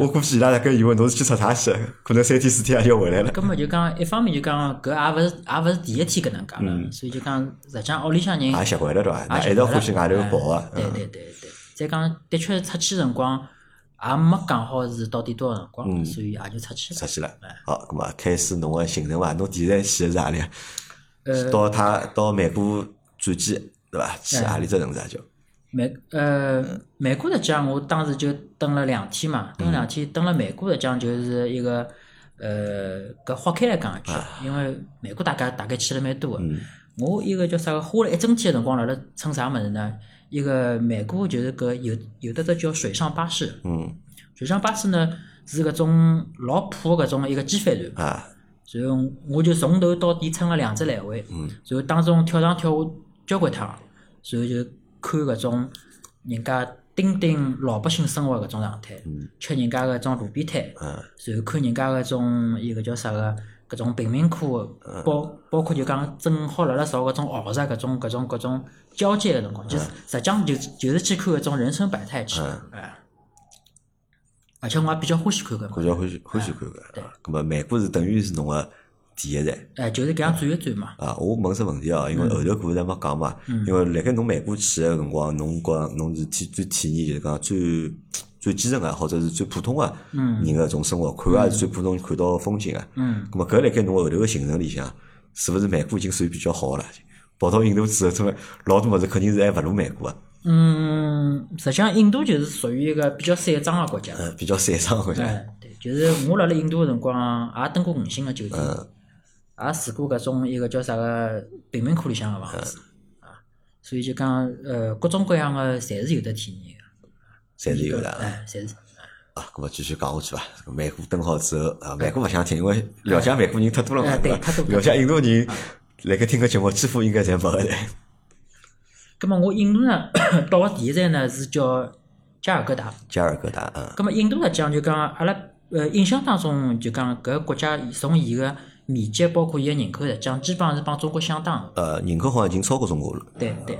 Speaker 1: 我估计伊拉大概以为侬是去出差去，可能三天四天也就回 来了。
Speaker 2: 根本就讲，一方面就讲，搿也勿是也勿是第一天搿能介了，所以就讲，实际上屋里向人
Speaker 1: 也习惯了对伐？那
Speaker 2: 也
Speaker 1: 嗯啊一直欢喜外头跑啊。
Speaker 2: 哎对对对对，再讲的确出去辰光也没讲好是到底多少辰光，所以也就出去
Speaker 1: 嗯
Speaker 2: 了
Speaker 1: 出。
Speaker 2: 哎
Speaker 1: 去了，好，咁啊，开始侬个行程伐？侬第一站去的是何里啊？
Speaker 2: 呃
Speaker 1: 到他到美国转机对伐？去何里只城市啊？叫
Speaker 2: 美呃美国实际上我当时就蹲了两天嘛，蹲两天蹲了美国实际上就是一个呃搿划开来讲一句，因为美国大家大概去了蛮多个。我一个叫啥个，花了一整天的辰光辣辣乘啥物事呢？一个美国就是搿有有的只叫水上巴士，
Speaker 1: 嗯
Speaker 2: 水上巴士呢是搿种老破的搿种一个机帆船，
Speaker 1: 啊
Speaker 2: 然后我就从头到底乘了两只来回，然后当中跳上跳下交关趟，然后就看搿种人家顶顶老百姓生活搿种常态，吃人家搿种路边摊，
Speaker 1: 嗯
Speaker 2: 然后看人家搿种伊个叫啥个搿种贫民窟，包包括就讲正好辣辣朝搿种豪宅搿种搿种搿种交界个辰光，就是实际上就就是去看搿种人生百态去，哎，而且我也比较欢喜看搿物事
Speaker 1: 哎我比较欢喜欢喜看个。咁啊，美国是等于是侬个第一站。
Speaker 2: 哎，就是搿样转一转嘛。
Speaker 1: 啊，我问只问题哦，
Speaker 2: 嗯
Speaker 1: 因为后头搿个咱没讲嘛，因为辣盖侬买过去个辰光，侬讲侬是体最体验就是讲最最基层个，啊或者是最普通个人个种生活，看个也是最普通看到风景个。
Speaker 2: 嗯，
Speaker 1: 咁么搿辣盖侬后头个行程里向，是勿是美股已经算比较好个了？跑到印度之后，这么老多物事肯定是还勿如美国啊，
Speaker 2: 嗯，实际上印度就是属于一个比较散装个国家。
Speaker 1: 嗯，比较散伤好像。
Speaker 2: 哎，对，就是我辣辣印度个辰光，也蹲过五星个酒店，
Speaker 1: 嗯
Speaker 2: 也住过搿种一个叫啥个贫民窟里向个房子
Speaker 1: 嗯
Speaker 2: 啊，所以就讲呃各种各样个侪是有得体验
Speaker 1: 侪是有
Speaker 2: 个，
Speaker 1: 的啊。
Speaker 2: 哎，侪是。
Speaker 1: 啊，咁么继续讲下去伐？美股登好之后，啊，美股勿想听，因为了解美国人太多了嘛，
Speaker 2: 哎对
Speaker 1: 吧
Speaker 2: 太多啊
Speaker 1: 了解印度人，辣盖听个节目，几乎应该侪勿会的。
Speaker 2: 葛末我印度呢 到个第一站呢是叫加尔各答。
Speaker 1: 加尔各答啊，
Speaker 2: 葛末印度来讲就讲阿拉呃印象当中就讲搿个国家从伊个面积包括伊个人口来讲，基本上是帮中国相当的。
Speaker 1: 呃，人口好像已经超过中国了。
Speaker 2: 对对，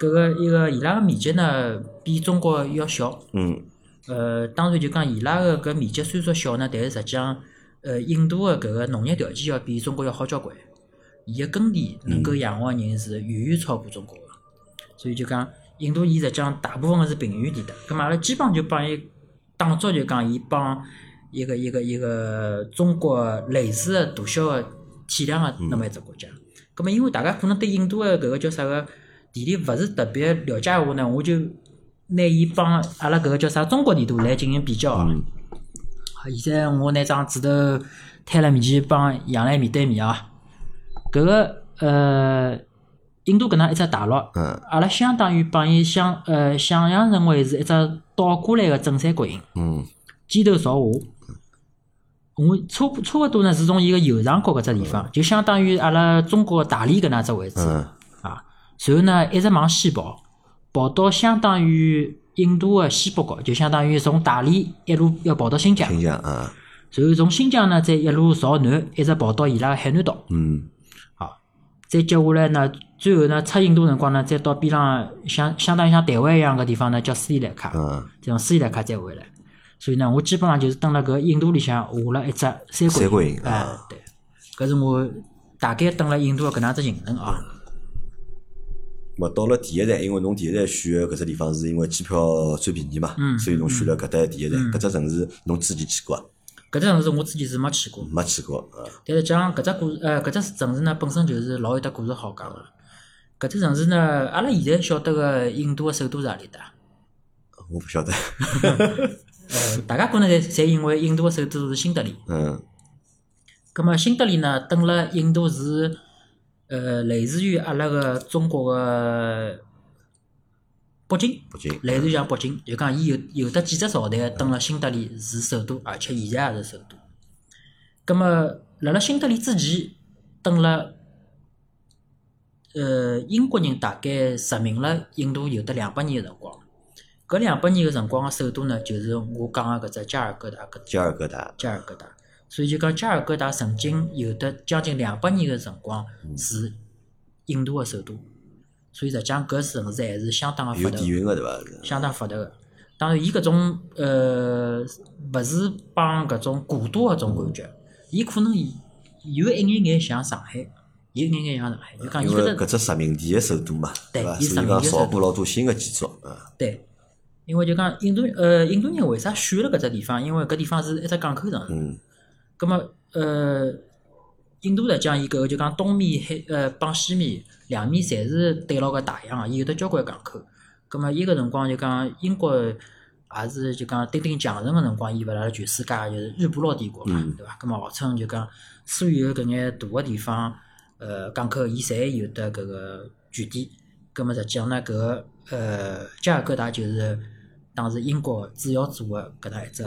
Speaker 2: 搿个一个伊拉个面积呢比中国要小。
Speaker 1: 嗯，
Speaker 2: 呃，当然就讲伊拉个搿面积虽说小呢，但是实际上，呃，印度个搿个农业条件要比中国要好交关，伊个耕地能够养活的人是远远超过中国个，所以就讲印度伊实际上大部分个是平原地带，葛末阿拉基本上就帮伊当作就讲伊帮一个一个一个中国类似个大小个体量个那么一只国家，葛末因为大家可能对印度个搿个叫啥个地理勿是特别了解个话呢，我就拿伊帮阿拉搿个叫啥中国地图来进行比较啊。好现在我拿张纸头摊辣面前，帮杨澜面对面啊。搿个呃，印度搿能一只大陆，
Speaker 1: 嗯
Speaker 2: 阿拉相当于帮伊想呃想象成为是一只倒过来个正三角形，
Speaker 1: 嗯，
Speaker 2: 尖头朝下。我差不差勿多呢，是从伊个右上角搿只地方，就相当于阿拉中国大理搿能只位置。
Speaker 1: 嗯
Speaker 2: 啊，然后呢，一直往西跑，跑到相当于印度的西北角，就相当于从大理一路要跑到新疆，
Speaker 1: 新疆啊，
Speaker 2: 然后从新疆呢再一路朝南，一直跑到伊拉的海南岛。
Speaker 1: 嗯
Speaker 2: 再接下来呢，最后呢出印度辰光呢，再到边浪相相当于像台湾一样个地方呢，叫斯里兰卡，
Speaker 1: 嗯，
Speaker 2: 再从斯里兰卡再回来。所以呢，我基本上就是蹲辣搿印度里向画了一只三
Speaker 1: 三角
Speaker 2: 角形
Speaker 1: 形，
Speaker 2: 哎
Speaker 1: 啊，
Speaker 2: 对，搿是我大概蹲辣印度的搿能只行程啊。
Speaker 1: 嗯么到了第一站，因为侬第一站选的搿只地方是因为机票最便宜嘛，
Speaker 2: 嗯
Speaker 1: 所以侬选了搿搭第一站。搿只城市侬自己去过啊？
Speaker 2: 搿只城市我自己是没去过，
Speaker 1: 没去过啊？
Speaker 2: 但是讲搿只故事，呃，搿只城市呢本身就是老有得故事好讲个。搿只城市呢，阿拉现在晓得个印度个首都是何里搭？
Speaker 1: 我不晓得。
Speaker 2: 呃，大家可能侪侪因为印度个首都是新德里。
Speaker 1: 嗯
Speaker 2: 葛末新德里呢，蹲辣印度是呃类似于阿拉个中国个北京，
Speaker 1: 北京
Speaker 2: 类似于像北京，就讲伊有有得几只朝代蹲辣新德里是首都，而且现在也是首都。葛末辣辣新德里之前，蹲辣呃英国人大概殖民了印度有得两百年个辰光。搿两百年个辰光个首都呢，就是我讲个搿只加尔各答搿
Speaker 1: 加尔各答，
Speaker 2: 加尔各答。所以就讲加尔各答曾经有的将近两百年的辰光
Speaker 1: 嗯
Speaker 2: 是印度的首都，所以实际上搿城市还是相当的
Speaker 1: 有
Speaker 2: 发达
Speaker 1: 底
Speaker 2: 的，
Speaker 1: 蕴个对伐？
Speaker 2: 相当发达的。当然，伊搿种呃，勿是帮搿种古都搿种感
Speaker 1: 嗯
Speaker 2: 觉，伊可能有一眼眼像上海，有一眼眼像上海，就讲伊
Speaker 1: 因
Speaker 2: 搿
Speaker 1: 为
Speaker 2: 只
Speaker 1: 搿只殖民地的首都嘛，
Speaker 2: 对
Speaker 1: 伐？
Speaker 2: 伊
Speaker 1: 所以
Speaker 2: 殖民
Speaker 1: 讲
Speaker 2: 地的
Speaker 1: 少
Speaker 2: 首都
Speaker 1: 过老多新的建筑啊。
Speaker 2: 对，因为就讲印度呃印度人为啥选了搿只地方？因为搿地方是一只港口城。
Speaker 1: 嗯。
Speaker 2: 葛么呃，印度来讲，伊搿个就讲东面海呃帮西面两面侪是对牢个大洋啊，伊有得交关港口。葛么伊个辰光就讲英国也是就讲鼎鼎强盛个辰光，伊勿辣辣全世界就是日不落帝国嘛，对伐？葛么号称就讲所有搿眼大个地方，呃港口伊侪有得搿个据点。葛么实际上呢，搿个呃加尔各答就是当时英国主要做个搿能一只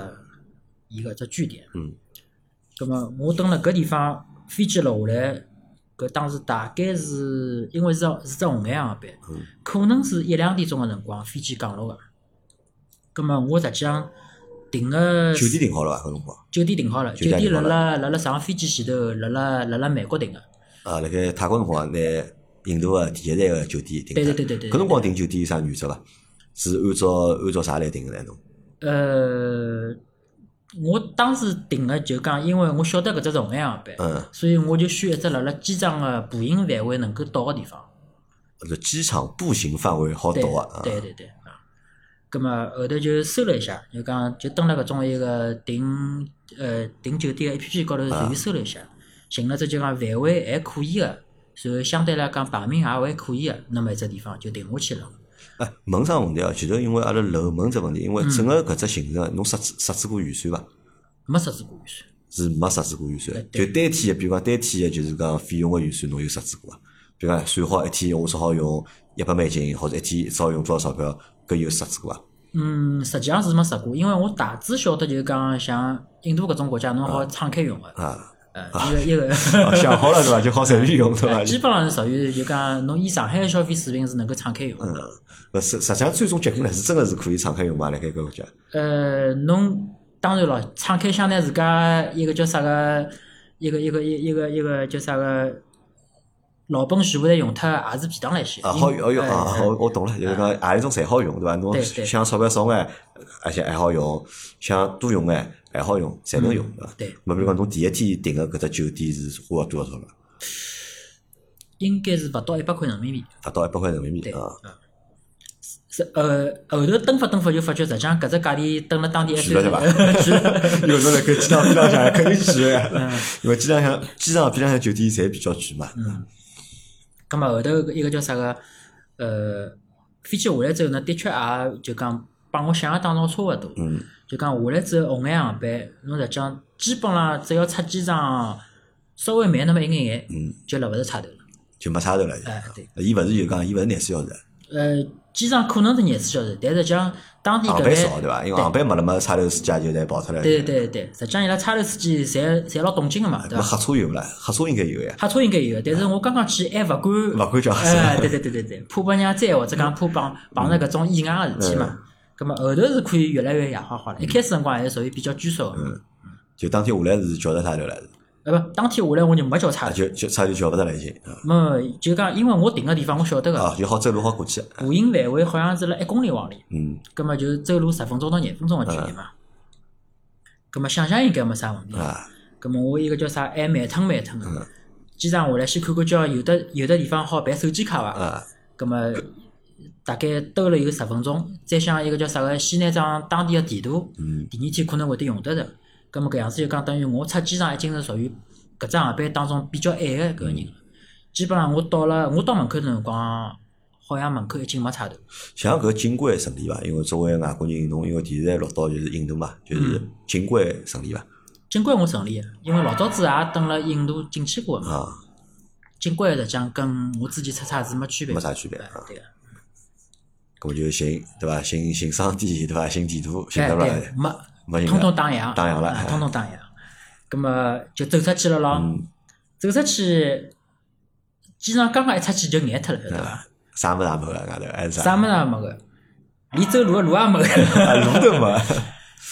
Speaker 2: 伊个只据点。葛么我蹲辣搿地方飞机落下来，搿当时大概是因为是是只红眼航班，
Speaker 1: 嗯
Speaker 2: 可能是一两点钟个辰光飞机降落个。葛么我实际上订个
Speaker 1: 酒店订好了伐？搿辰光
Speaker 2: 酒店订好了，
Speaker 1: 酒
Speaker 2: 酒
Speaker 1: 店
Speaker 2: 店
Speaker 1: 订好
Speaker 2: 辣
Speaker 1: 了
Speaker 2: 辣辣辣上飞机前头，辣辣辣辣美国订个。
Speaker 1: 啊，辣盖泰国辰光拿印度个第一站个酒店订
Speaker 2: 对
Speaker 1: 的
Speaker 2: 对对对对
Speaker 1: 搿辰光订酒店有啥原则伐？是按照按照啥来订个呢？侬
Speaker 2: 呃，我当时订个就讲，因为我晓得搿只重阳航班，
Speaker 1: 嗯，
Speaker 2: 所以我就选一只辣辣机场个步行范围能够到个地方。
Speaker 1: 就机场步行范围好
Speaker 2: 对
Speaker 1: 到啊。
Speaker 2: 对对对啊。葛么后头就搜了一下，就讲就登了搿种一个订呃订酒店 A P P 高头
Speaker 1: 啊
Speaker 2: 随便搜了一下，寻了只就讲范围还可以个，然后相对来讲排名也还可以个，那么一只地方就定下去了。
Speaker 1: 哎，问啥问题啊？其实因为阿拉楼门只问题，因为整个搿只行程，侬设置设置过预算伐？
Speaker 2: 没设置过预算，
Speaker 1: 是没设置过预算
Speaker 2: 哎，
Speaker 1: 就
Speaker 2: 对
Speaker 1: 单天的，比如讲单天的，就是讲费用的预算，侬有设置过伐？啊比如讲算好一天，我只好用一百美金，或者一天只好用多少钞票，搿有设置过啊伐？
Speaker 2: 嗯，实际上是没设过，因为我大致晓得就是讲像印度搿种国家，侬好敞开用个，
Speaker 1: 啊，
Speaker 2: 呃，一个一个。
Speaker 1: 啊 想好了对伐？就好随便用对伐？
Speaker 2: 基本上是属于就讲，侬以上海的消费水平是能够敞开用的。
Speaker 1: 不实实际上最终结果呢，是真的是可以敞开用嘛？辣盖搿个国家，
Speaker 2: 呃，侬当然咯，敞开相对自家一个叫啥个，一个一个一一个一个叫啥个，老本全部侪用脱，也是便当来些。
Speaker 1: 啊，好
Speaker 2: 因
Speaker 1: 用，好用
Speaker 2: 哎
Speaker 1: 啊！
Speaker 2: 哎
Speaker 1: 我我懂了，就是讲啊何一种侪好用对伐？侬
Speaker 2: 对对
Speaker 1: 想钞票少眼，而且还好用，想多用眼还好用，侪能用
Speaker 2: 嗯
Speaker 1: 对伐？
Speaker 2: 对，
Speaker 1: 没比如讲侬第一天订个搿只酒店是花了多少钞票？
Speaker 2: 应该是勿到一百块人民币。
Speaker 1: 达到一百块人民币
Speaker 2: 对，
Speaker 1: 啊！
Speaker 2: 嗯。是呃，后头登发登发就发觉，实际上搿只价钿登了当地还
Speaker 1: 去了
Speaker 2: 算
Speaker 1: 对伐
Speaker 2: 是去了。
Speaker 1: 有侬辣盖机场边浪向肯定去 个
Speaker 2: 嗯
Speaker 1: 呀，因为机场向机场边浪向酒店侪比较贵嘛。
Speaker 2: 嗯咁么后头一个叫啥个，呃，飞机下来之后呢，的确也就讲帮我想象当中差勿多。
Speaker 1: 嗯
Speaker 2: 就讲下来之后，红眼航班，侬实际上基本上只要出机场稍微慢那么一眼眼，
Speaker 1: 嗯，
Speaker 2: 就辣勿是差头了。
Speaker 1: 就没差头了。
Speaker 2: 哎，对，
Speaker 1: 伊勿是就讲，伊勿是廿四小时，
Speaker 2: 呃，机场可能是廿四小时，但实际上当地
Speaker 1: 航
Speaker 2: 搿
Speaker 1: 班少对
Speaker 2: 眼，
Speaker 1: 伐？因为航班没了嘛，差头时间就侪跑出来了。
Speaker 2: 对对对对，实际上伊拉差头司机侪侪老懂劲个嘛，对
Speaker 1: 那
Speaker 2: 伐？
Speaker 1: 黑车有勿啦？黑车应该有呀。
Speaker 2: 黑车应该有，但是我刚刚去还勿敢，
Speaker 1: 勿嗯敢叫嗯黑车
Speaker 2: 哎，对对对对对，怕拨人家追或者讲怕碰碰着搿种意外个事体嘛。咁么后头是可以越来越野化好了，一开始辰光还是属于比较拘束
Speaker 1: 嗯
Speaker 2: 个，
Speaker 1: 就当天下来是叫得差头了，
Speaker 2: 呃不，当天下来我就没叫差
Speaker 1: 啊
Speaker 2: 头，
Speaker 1: 就就差就叫勿得了已经
Speaker 2: 嗯
Speaker 1: 啊
Speaker 2: 没就讲因为我订个地方我晓得个，
Speaker 1: 啊，就好走路好过去。
Speaker 2: 步行范围好像是辣一公里往里，
Speaker 1: 嗯，
Speaker 2: 葛么就走路十分钟到廿分钟个距离嘛。葛么想想应该没啥问题。
Speaker 1: 啊，
Speaker 2: 葛么我一个叫啥，还慢腾慢腾
Speaker 1: 嗯
Speaker 2: 个。机场下来先看看，叫有的有的地方好办手机卡伐？
Speaker 1: 啊，
Speaker 2: 葛么大概兜了有十分钟，再想一个叫啥个，先拿张当地个地图，
Speaker 1: 嗯，
Speaker 2: 第二天可能会得用得着。葛么搿样子就讲等于我出机场已经是属于搿只航班当中比较晚个搿个人了。基本上我到了，我到门口头辰光，好像门口已经没差头。
Speaker 1: 像搿金关顺利伐？因为作为外国人，侬因为电视台录到就是印度嘛，就是
Speaker 2: 嗯
Speaker 1: 金关顺利伐？
Speaker 2: 金关我顺利，啊因为老早子也登了印度进去过嘛。
Speaker 1: 啊，
Speaker 2: 金关实际上跟我自己出差是没区别，
Speaker 1: 没啥区别
Speaker 2: 哎
Speaker 1: 啊
Speaker 2: 对个，
Speaker 1: 搿么就寻对伐？寻寻商店对伐？寻地图寻
Speaker 2: 哎
Speaker 1: 得勿啦？
Speaker 2: 对，没，
Speaker 1: 没
Speaker 2: 通
Speaker 1: 寻
Speaker 2: 通
Speaker 1: 得。
Speaker 2: 打烊，
Speaker 1: 打烊了
Speaker 2: 啊
Speaker 1: 哎
Speaker 2: 通通打烊。葛么呃就走出去了咯，
Speaker 1: 嗯，
Speaker 2: 走出去，机场刚刚一出去就眼脱了，
Speaker 1: 啊
Speaker 2: 晓得伐？
Speaker 1: 啥物事也没个，外头 还是
Speaker 2: 啥物事也没个，连走路个路也没个，
Speaker 1: 啊，路都没。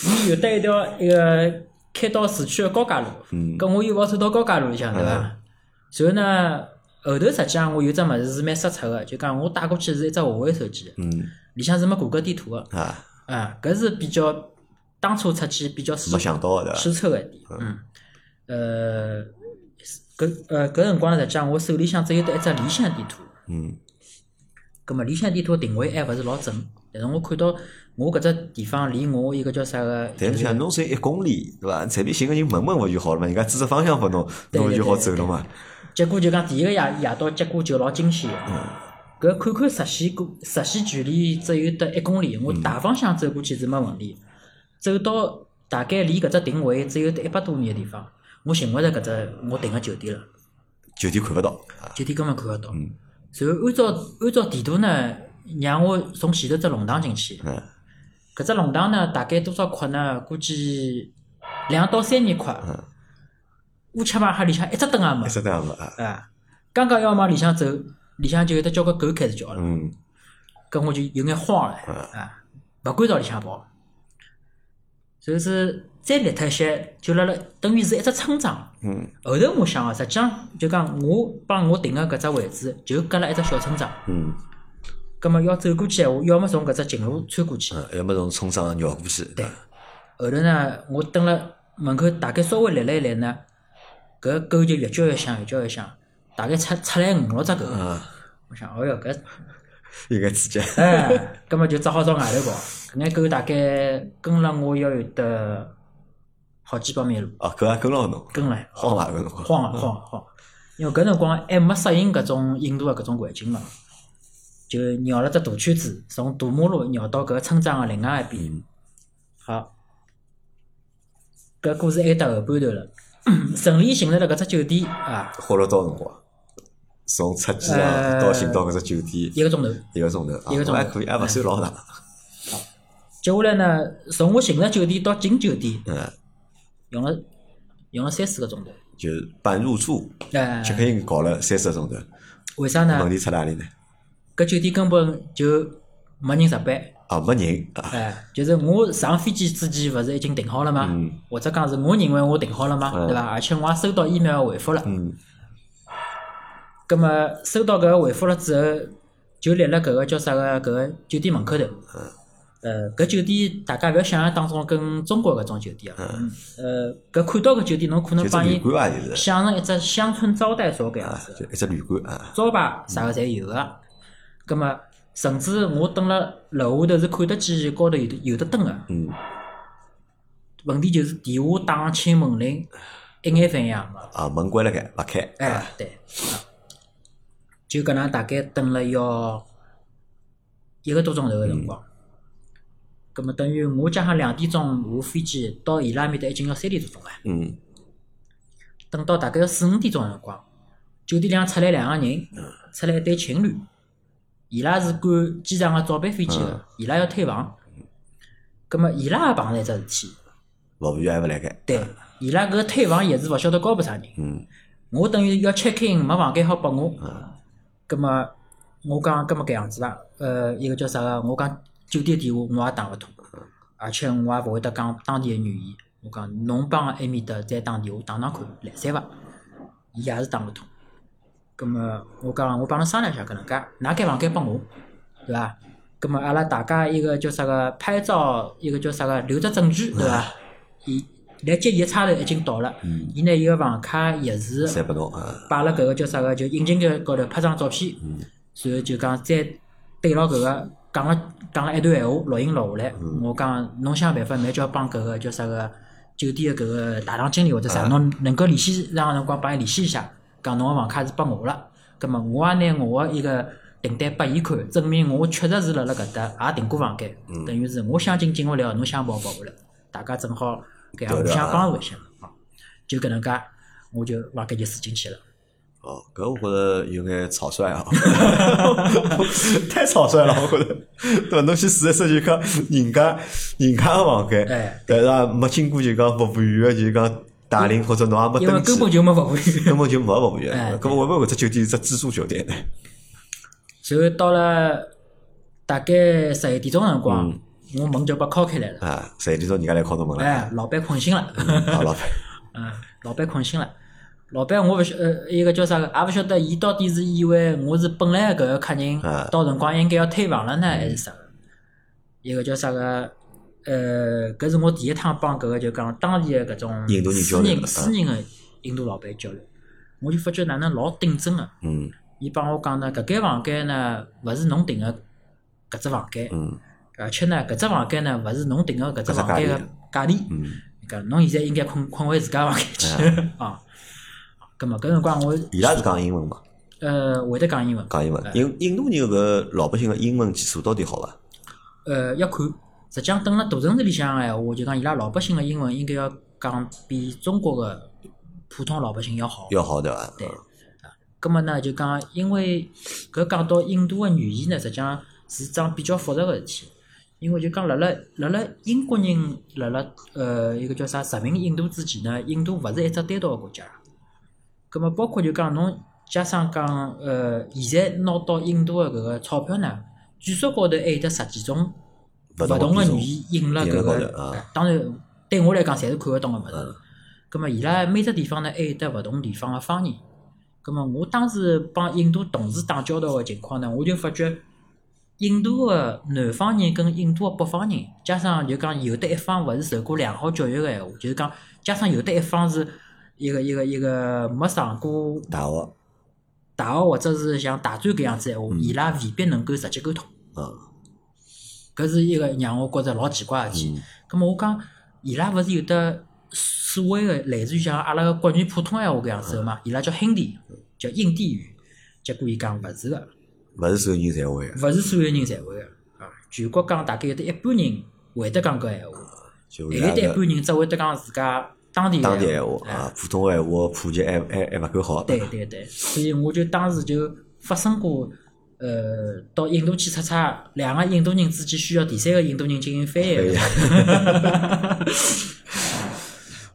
Speaker 2: 伊有得一条一个开到市区个高架路，
Speaker 1: 嗯啊
Speaker 2: 搿我又勿走到高架路里向，对伐？然后呢，后头实际上我有只物事是蛮失策个，就讲我带过去是一只华为手机，
Speaker 1: 嗯
Speaker 2: 里向是没谷歌地图个，
Speaker 1: 啊，
Speaker 2: 啊，搿是比较当初出去比较失
Speaker 1: 没想到的对
Speaker 2: 失
Speaker 1: 伐？
Speaker 2: 策个一点，嗯，呃，搿呃搿辰光呢，实际上我手里向只有得一只理想地图，
Speaker 1: 嗯
Speaker 2: 葛末理想地图定位还勿是老准，但是我看到我搿只地方离我一个叫啥个，
Speaker 1: 但是像侬是一公里对伐？随便寻个人问问勿就好了嘛？人家指着方向拨侬，
Speaker 2: 对
Speaker 1: 侬
Speaker 2: 对
Speaker 1: 就好
Speaker 2: 对
Speaker 1: 走了
Speaker 2: 对
Speaker 1: 嘛。
Speaker 2: 结果就讲第一个夜夜到，结果就老惊喜个。搿看看实线过实线距离只有得一公里，我大方向走过去是没问题。走到大概离搿只定位只有得一百多米个地方，我寻勿着搿只我订个酒店了，
Speaker 1: 酒店看勿到。啊
Speaker 2: 酒店根本看勿到。
Speaker 1: 嗯
Speaker 2: 然后按照按照地图呢，让我从前头只弄堂进去。
Speaker 1: 嗯
Speaker 2: 搿只弄堂呢，大概多少块呢？估计两到三米块。乌漆嘛黑里向一只灯也
Speaker 1: 嗯
Speaker 2: 没
Speaker 1: 一。只这样子啊，
Speaker 2: 啊，刚刚要往里向走，里向就有得交关狗开始叫了，
Speaker 1: 嗯，
Speaker 2: 搿我就有眼慌了，啊，勿敢朝里向跑。就是再立脱一些，就辣辣等于是一只村庄。
Speaker 1: 嗯。
Speaker 2: 后头我想啊，实际上就讲我帮我定个搿只位置，就隔了一只小村庄。
Speaker 1: 嗯，啊
Speaker 2: 葛末要走过去闲话，要么从搿只近路穿过去，
Speaker 1: 嗯要么从冲上绕过去，对吧
Speaker 2: 后头呢，我蹲辣门口大概稍微来了一来呢，搿狗就越叫越响，越叫越响，大概出出来五六只狗。
Speaker 1: 嗯
Speaker 2: 我想，哦哟，搿
Speaker 1: 啊应该刺激。
Speaker 2: 哎，葛末就只好朝外头跑。搿眼狗大概跟了我要有得好几百米路，
Speaker 1: 哦，搿也跟牢侬，
Speaker 2: 跟了
Speaker 1: 好伐？搿辰光
Speaker 2: 晃啊晃啊晃啊，因为搿辰光还没适应搿种印度的搿种环境嘛，就绕了只大圈子，从大马路绕到搿村庄的另外一边。好，搿故事还到后半段了， 顺利寻着了搿只酒店啊，
Speaker 1: 花了多少辰光？从出机场
Speaker 2: 呃
Speaker 1: 到寻到搿只酒店
Speaker 2: 一个钟头。
Speaker 1: 一个钟头，啊
Speaker 2: 一个钟头
Speaker 1: 还可以，还勿算老长。
Speaker 2: 接下来呢，从我寻着酒店到进酒店
Speaker 1: 嗯，
Speaker 2: 用了用了三四个钟头。
Speaker 1: 就是办入住
Speaker 2: 哎、
Speaker 1: ，check in 搞了三四个钟头，
Speaker 2: 为啥呢
Speaker 1: 问？题出哪里呢？
Speaker 2: 搿酒店根本就没人值班。
Speaker 1: 啊，没人啊，
Speaker 2: 哎，就是我上飞机之前，勿是已经订好了吗？或者讲是我认为我订好了吗？
Speaker 1: 嗯
Speaker 2: 对伐？而且我也收到 email 回复了。
Speaker 1: 嗯，
Speaker 2: 葛末收到搿个回复了之后，就立辣搿个叫啥个搿个酒店门口头。
Speaker 1: 嗯
Speaker 2: 呃，搿酒店大家勿要想象当中跟中国搿种酒店啊。呃，搿看到搿酒店，侬可
Speaker 1: 嗯
Speaker 2: 能
Speaker 1: 就
Speaker 2: 帮
Speaker 1: 是
Speaker 2: 伊
Speaker 1: 旅馆啊，就是
Speaker 2: 想成一只乡村招待所搿样
Speaker 1: 啊
Speaker 2: 子，。
Speaker 1: 就一只旅馆啊，
Speaker 2: 招牌啥个侪有个。葛末甚至我蹲辣楼下头是看得见高头有得有得灯个。
Speaker 1: 嗯。
Speaker 2: 问题就是电话打上亲门铃，一眼反应也没。
Speaker 1: 啊，门关了盖，勿开，
Speaker 2: 哎，对，啊就搿能大概等了要一个多钟头个辰光。葛末等于我加上两点钟下飞机，到伊拉埃面搭已经要三点多钟了。
Speaker 1: 嗯，
Speaker 2: 等到大概要四五点钟的辰光，酒店里向出来两个人，出来一对情侣，伊拉是赶机场个早班飞机个，伊拉要退房，葛末伊拉也碰着一只事体，
Speaker 1: 服务员还勿来盖，
Speaker 2: 对，伊拉搿退房也是勿晓得交拨啥人，
Speaker 1: 嗯啊
Speaker 2: 我等于要 check in 没房间好拨我，葛末我讲葛末搿样子伐，呃，一个叫啥个，我讲酒店电话我也打勿通，而且我也勿会得讲当地个语言，我讲侬帮啊埃面搭再打电话打打看，来三伐？伊也是打勿通，葛末啊我讲我帮侬商量一下搿能介，㑚间房间拨我，对伐？葛末阿拉大家一个叫啥个拍照，一个叫啥个留着证据，对伐？伊来接伊个差头已经到了，伊拿伊个房卡钥匙
Speaker 1: 侪拨侬啊，
Speaker 2: 摆了搿个叫啥个，就引进格高头拍张照片，
Speaker 1: 嗯
Speaker 2: 然后就讲再对牢搿个讲了讲了一段闲话，录音录下来。
Speaker 1: 嗯
Speaker 2: 我讲侬想办法，慢叫帮搿个叫啥个酒店的搿个大堂经理或者
Speaker 1: 啊
Speaker 2: 啥，侬能够联系让辰光帮伊联系一下，讲侬个房卡是拨我了，葛末我也拿我个一个订单拨伊看，证明我确实是辣辣搿搭也订过房间，
Speaker 1: 嗯
Speaker 2: 等于是我想进进勿了，侬想跑跑勿了，大家正好搿样互
Speaker 1: 对的
Speaker 2: 相
Speaker 1: 啊
Speaker 2: 帮助一下啊，就搿能介，我就房间就住进去了。
Speaker 1: 哦，搿我觉着有眼草率啊， 太草率了，我觉着，对伐？侬去试一试就讲人家人家个房
Speaker 2: 哎
Speaker 1: 间，但是也没经过就讲服务员个就是讲带领，或者侬也没
Speaker 2: 因为
Speaker 1: 登记
Speaker 2: 根，本就没服务员。
Speaker 1: 根本就没服务员
Speaker 2: 哎，
Speaker 1: 根本会勿会搿只酒店是只自助酒店呢？
Speaker 2: 然后到了大概十一点钟的辰光，
Speaker 1: 嗯
Speaker 2: 我门就被敲开来了。
Speaker 1: 啊，十一点钟人家来敲侬门了，
Speaker 2: 哎，老板困醒了。
Speaker 1: 啊，老板，
Speaker 2: 嗯，老板困醒了。老板，我勿晓呃，一个叫啥个，也勿晓得伊到底是以为我是本来搿个客人
Speaker 1: 啊，嗯
Speaker 2: 到辰光应该要退房了呢，还是啥个？一个叫啥个？呃，搿是我第一趟帮搿个就讲当地的搿种
Speaker 1: 印度人交
Speaker 2: 私
Speaker 1: 流
Speaker 2: 人私人的印度老板交流，我就发觉哪能老顶真啊个。
Speaker 1: 嗯
Speaker 2: 伊帮我讲呢，搿间房间呢，勿是侬订个搿只房间，
Speaker 1: 嗯
Speaker 2: 而且呢，搿只房间呢，勿是侬订个搿只房间
Speaker 1: 搿
Speaker 2: 个
Speaker 1: 只
Speaker 2: 价钿。
Speaker 1: 嗯，
Speaker 2: 伊讲侬现在应该困困回自家房间去 啊。葛末搿辰光我
Speaker 1: 伊拉是讲英文嘛？
Speaker 2: 呃会得讲英文，
Speaker 1: 讲英文，印印度人搿老百姓个英文基础到底好伐？
Speaker 2: 呃要看。实际上，等辣大城市里向个闲话，就讲伊拉老百姓个英文应该要讲比中国个普通老百姓要好。
Speaker 1: 要好对伐？嗯
Speaker 2: 对葛么呢，就讲因为搿讲到印度个语言呢，实际上是桩比较复杂个事体。因为就讲辣辣辣辣英国人辣辣呃一个叫啥殖民印度之前呢，印度勿是一只单独个国家。葛么包括就讲侬加上讲呃，现在拿到印度个搿个钞票呢，据说高头还有得十几种
Speaker 1: 勿
Speaker 2: 勿
Speaker 1: 同的
Speaker 2: 同个
Speaker 1: 品
Speaker 2: 语
Speaker 1: 种
Speaker 2: 言印辣
Speaker 1: 印
Speaker 2: 搿
Speaker 1: 辣高
Speaker 2: 个
Speaker 1: 头啊，
Speaker 2: 哎当然对我来讲侪是看得懂个物事。
Speaker 1: 嗯
Speaker 2: 咁么伊拉每只地方呢，还有得勿同地方个方言。啊咁么我当时帮印度同事打交道个情况呢，我就发觉印度个南方人跟印度个北方人，加上就讲有的一方勿是受过良好教育个闲话，就是讲加上有的一方是一个一个一个没上过
Speaker 1: 大学，
Speaker 2: 大学或者是像大专搿样子闲话，伊拉未必能够直接沟通，
Speaker 1: 嗯
Speaker 2: 搿是一个让我觉着老奇怪个事
Speaker 1: 嗯
Speaker 2: 体。葛末我讲伊拉勿是有的所谓个类似于像阿拉个国语普通闲话搿样子个
Speaker 1: 嗯
Speaker 2: 嘛，伊拉叫 Hindi，叫印地语，结果伊讲勿是个。
Speaker 1: 勿是所有人侪会个，
Speaker 2: 勿是所有人侪会个啊。全国讲大概有得一半人会得讲搿闲话，
Speaker 1: 就
Speaker 2: 还
Speaker 1: 伊拉
Speaker 2: 有得一
Speaker 1: 个
Speaker 2: 半人只会得讲自家当地
Speaker 1: 啊当地
Speaker 2: 闲
Speaker 1: 闲话
Speaker 2: 哎
Speaker 1: 啊，普通闲话普及还还还勿够好。
Speaker 2: 对对对，所以我就当时就发生过，呃，到印度去出差，两个印度人之间需要第三个印度人进行翻译
Speaker 1: 对
Speaker 2: 的。
Speaker 1: 呀。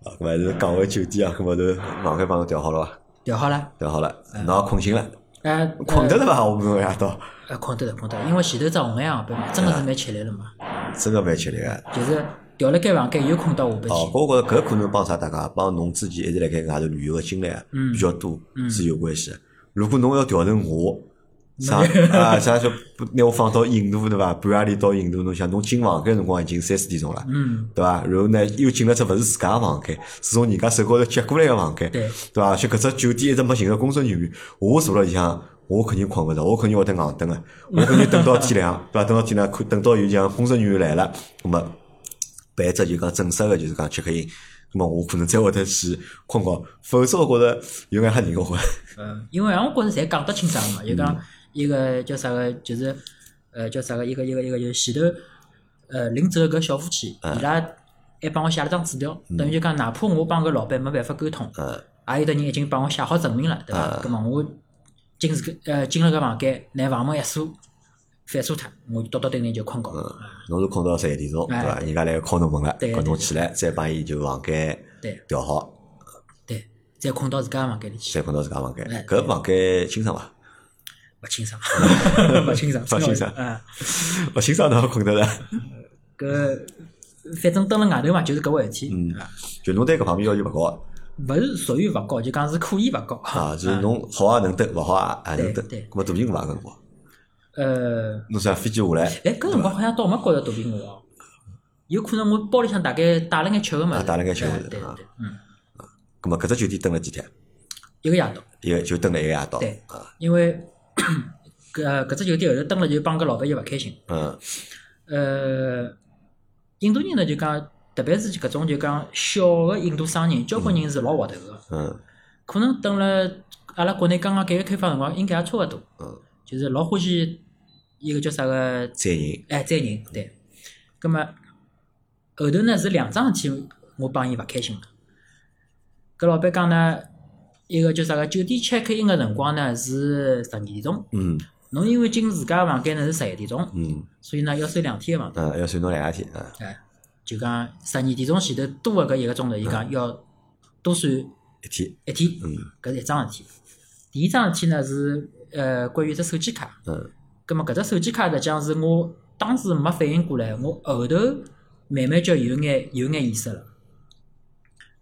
Speaker 1: 啊，搿么还是讲回酒店啊，搿么头网开帮侬调好了伐？
Speaker 2: 调好了，
Speaker 1: 调好了，侬也困醒了，
Speaker 2: 呃，
Speaker 1: 困得了伐？我们夜到
Speaker 2: 呃，困得了，困得了，因为前头只红眼航班嘛，真的是蛮吃力了嘛，
Speaker 1: 真个蛮吃力个。
Speaker 2: 就是调了间房间又困到下半
Speaker 1: 哦，
Speaker 2: 天。
Speaker 1: 不过我觉着搿可能帮啥大家，帮侬自己一直辣盖外头旅游个经历啊比较多是有关系的。如果侬要调成我，啥啊啥说不拿我放到印度对伐？半夜里到印度，侬想侬进房间辰光已经三四点钟了，
Speaker 2: 嗯，
Speaker 1: 对伐？然后呢又进了只勿是自家个房间，是从人家手高头接过来个房间，
Speaker 2: 对
Speaker 1: 对伐？像搿只酒店一直没寻着工作人员，我坐辣里向，我肯定困勿着，我肯定会得硬等个，我肯定等到天 亮，对伐？等到天亮，看等到有像工作人员来了，那么办一只就讲正式个，就是讲 check in，那么我可能才会得去困觉，否则我觉着有眼吓人个话，
Speaker 2: 嗯，因为俺觉着侪讲得清爽嘛，就讲一个叫啥个，就是呃叫啥个一个一个一个就是前头呃临走搿小夫妻，伊拉还帮我写了张纸条，等于就讲哪怕我帮搿老板没办法沟通，
Speaker 1: 嗯
Speaker 2: 也有的人已经帮我写好证明了，对伐？葛末我进是搿呃进了搿房间，拿房门一锁，反锁脱，我就到到对面就困觉。
Speaker 1: 嗯，侬是困到十一点钟，对
Speaker 2: 哎
Speaker 1: 伐？人家来敲侬门了，
Speaker 2: 对
Speaker 1: 搿侬
Speaker 2: 对
Speaker 1: 起来再帮伊就房间
Speaker 2: 对
Speaker 1: 调好，
Speaker 2: 对，再困到自家房间里去，
Speaker 1: 再困到自家房间
Speaker 2: 哎，
Speaker 1: 搿房间清爽伐？
Speaker 2: 勿 清爽，勿清爽，
Speaker 1: 勿清爽
Speaker 2: 嗯。
Speaker 1: 勿清爽哪能困得着？
Speaker 2: 搿反正蹲辣外头嘛，就是搿回事
Speaker 1: 嗯
Speaker 2: 体，啊
Speaker 1: 就侬对搿方面要求勿高
Speaker 2: 勿是属于勿高，就讲是可以勿高。
Speaker 1: 啊，就是侬好也能等，勿好也也能等。
Speaker 2: 对对
Speaker 1: 咁么肚皮饿伐搿辰光？
Speaker 2: 呃，
Speaker 1: 侬想飞机下来
Speaker 2: 哎，搿辰光好像倒没觉着肚皮饿哦，有可能我包里向大概带了眼吃个物
Speaker 1: 啊
Speaker 2: 事，
Speaker 1: 带了眼吃的
Speaker 2: 哎
Speaker 1: 物事
Speaker 2: 对
Speaker 1: 啊
Speaker 2: 对对，嗯，
Speaker 1: 咁么搿只酒店蹲了几天？
Speaker 2: 一个夜到，
Speaker 1: 一个就蹲了一个夜到。
Speaker 2: 对
Speaker 1: 啊，
Speaker 2: 因为搿呃搿只酒店后头蹲了就帮搿老板就勿开心。
Speaker 1: 嗯
Speaker 2: 呃，印度人呢就讲，特别是搿种就讲小个印度商人，交关人是老滑头个，
Speaker 1: 嗯
Speaker 2: 可能蹲了阿拉国内刚刚改革开放辰光应该也差勿多，
Speaker 1: 嗯，
Speaker 2: 就是老欢喜一个叫啥个
Speaker 1: 载人
Speaker 2: 哎，载人对。葛么后头呢是两桩事体，我帮伊勿开心了。搿老板讲呢，一个叫啥个酒店 check in 个辰光呢是十二点钟，
Speaker 1: 嗯
Speaker 2: 侬因为进自家房间呢是十一点钟，
Speaker 1: 嗯
Speaker 2: 所以呢要收两天个房间。
Speaker 1: 嗯，要算侬两夜天啊，
Speaker 2: 哎，就讲十二点钟前头多个搿一个钟头，伊讲要多算
Speaker 1: 一天。
Speaker 2: 一天，
Speaker 1: 嗯
Speaker 2: 搿是一桩事体。第二桩事体呢是呃关于一只手机卡，
Speaker 1: 嗯
Speaker 2: 咁么搿只手机卡实际上是我当时没反应过来，我后头慢慢叫有眼有眼意识了。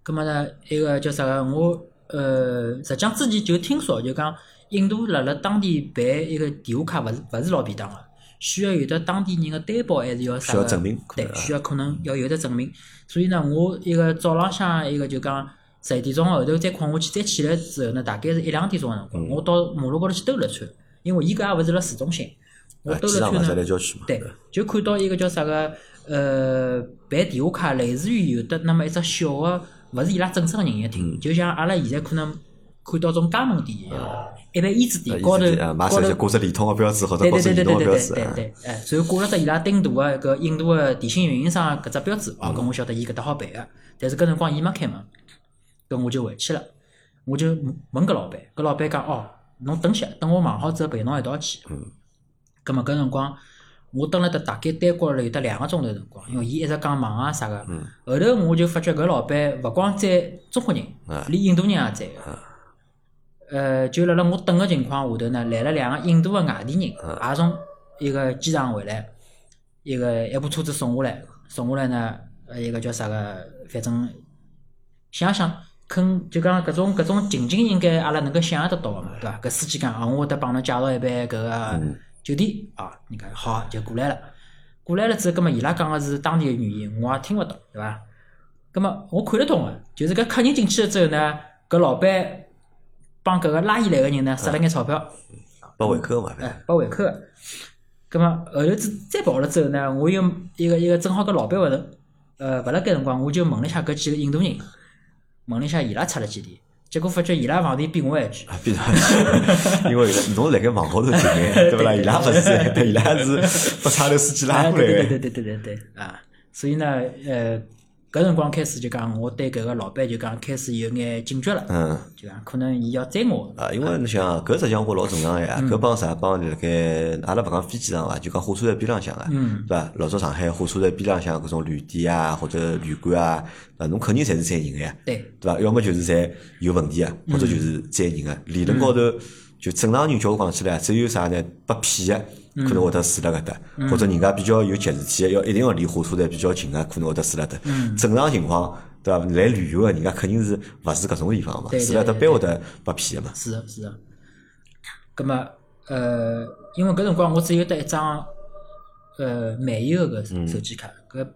Speaker 2: 咁么呢，一个叫啥个？我呃，实际上之前就听说，就讲印度辣辣当地办一个电话卡，勿是勿是老便当个，啊需要有得当地人个担保，还是要啥
Speaker 1: 需
Speaker 2: 个？
Speaker 1: 要证明
Speaker 2: 对
Speaker 1: 可，能啊
Speaker 2: 需要可能要有得证明。所以呢，我一个早浪向一个就讲十一点钟后头再困下去，再起来之后呢，大概是一两点钟个辰
Speaker 1: 嗯
Speaker 2: 光，我到马路高头去兜了圈，因为伊搿也勿是辣市中心，我
Speaker 1: 啊，
Speaker 2: 兜
Speaker 1: 机场
Speaker 2: 了
Speaker 1: 勿是
Speaker 2: 圈
Speaker 1: 在
Speaker 2: 呢，
Speaker 1: 郊区嘛？
Speaker 2: 对，就看到一个叫啥个呃办电话卡，类似于有的那么一只小个，勿是伊拉正式个营业
Speaker 1: 嗯
Speaker 2: 厅，就像阿拉现在可能看到种加盟店一样，一般烟子
Speaker 1: 啊
Speaker 2: 店高头
Speaker 1: 意思是啊，买
Speaker 2: 高
Speaker 1: 手
Speaker 2: 头
Speaker 1: 机挂只联通个标志或者
Speaker 2: 对
Speaker 1: 挂
Speaker 2: 对
Speaker 1: 只
Speaker 2: 对
Speaker 1: 移
Speaker 2: 对
Speaker 1: 动
Speaker 2: 对
Speaker 1: 个
Speaker 2: 对
Speaker 1: 标
Speaker 2: 对
Speaker 1: 志
Speaker 2: 对
Speaker 1: 啊。
Speaker 2: 对，哎，然后挂了只伊拉顶大个搿印度个电信运营商搿只标志，哦，跟我晓得伊搿搭好办个，但是搿辰光伊没开门，搿我就回去了，我就问搿老板，搿老板讲哦，侬等歇，等我忙好之后陪侬一道去。
Speaker 1: 嗯。
Speaker 2: 葛末搿辰光，我蹲辣搭大概耽搁了有得两个钟头辰光，因为伊一直讲忙啊啥个。
Speaker 1: 嗯
Speaker 2: 后头我就发觉搿老板勿光载中国人
Speaker 1: 啊，
Speaker 2: 连印度人也载个。呃，就辣辣我等个情况下头呢，来了两个印度个外地人，也从一个机场回来，一个一部车子送下来，送下来呢，呃，一个叫啥个，反正想想，肯就讲搿种搿哦
Speaker 1: 嗯
Speaker 2: 种情景，应该阿拉能够想象得到个嘛，对伐？搿司机讲，啊，我会得帮侬介绍一杯搿个酒店啊，人家好就过来了，过来了之后，葛末伊拉讲个是当地个语言，我也听勿懂，对伐？葛末我看得懂个，就是搿客人进去了之后呢，搿老板帮搿个拉伊来个人呢，塞了眼钞票，
Speaker 1: 拨回扣嘛，反正
Speaker 2: 哎，拨回扣个。葛末后头子再跑了之后呢，我又一个一个正好搿老板勿头，呃，勿辣盖辰光，我就问了一下搿几个印度人，问了一下伊拉出了几钿，结果发觉伊拉房钿比我还贵。
Speaker 1: 啊，比上去， 因为侬辣盖网高头进来，对勿啦？伊拉勿是，伊拉是把差头司机 拉
Speaker 2: 哎，
Speaker 1: 过来
Speaker 2: 对对
Speaker 1: 的。
Speaker 2: 对对对对对啊！所以呢，呃，搿辰光开始就讲，我对搿个老板就讲开始有眼警觉了，
Speaker 1: 嗯
Speaker 2: 就讲可能伊要追我，
Speaker 1: 啊，因为侬想啊，搿实际上我老正常个呀，
Speaker 2: 嗯
Speaker 1: 搿帮啥帮辣盖，阿拉勿讲飞机上伐，啊就讲火车站边浪向啊，
Speaker 2: 嗯
Speaker 1: 对伐？老早上海火车站边浪向搿种旅店啊，或者旅馆啊，对伐？侬肯定侪是载人个呀，
Speaker 2: 对，
Speaker 1: 对伐？要么就是侪有问题啊，
Speaker 2: 嗯
Speaker 1: 或者就是载人啊。理论高头，就正常人叫我讲起来，啊只有啥呢？被骗个
Speaker 2: 嗯
Speaker 1: 可能会得死辣搿搭，或者人家比较有急事体个，啊要一定要离火车站比较近啊个，可能会得死辣搭。
Speaker 2: 嗯
Speaker 1: 正常情况，对伐？来旅游个人家肯定是勿是搿种地方嘛，
Speaker 2: 对对
Speaker 1: 死辣搭
Speaker 2: 对
Speaker 1: 别会得被骗个嘛。
Speaker 2: 是的，是的。葛末呃，因为搿辰光我只有得一张呃漫游个搿手机卡，
Speaker 1: 嗯
Speaker 2: 搿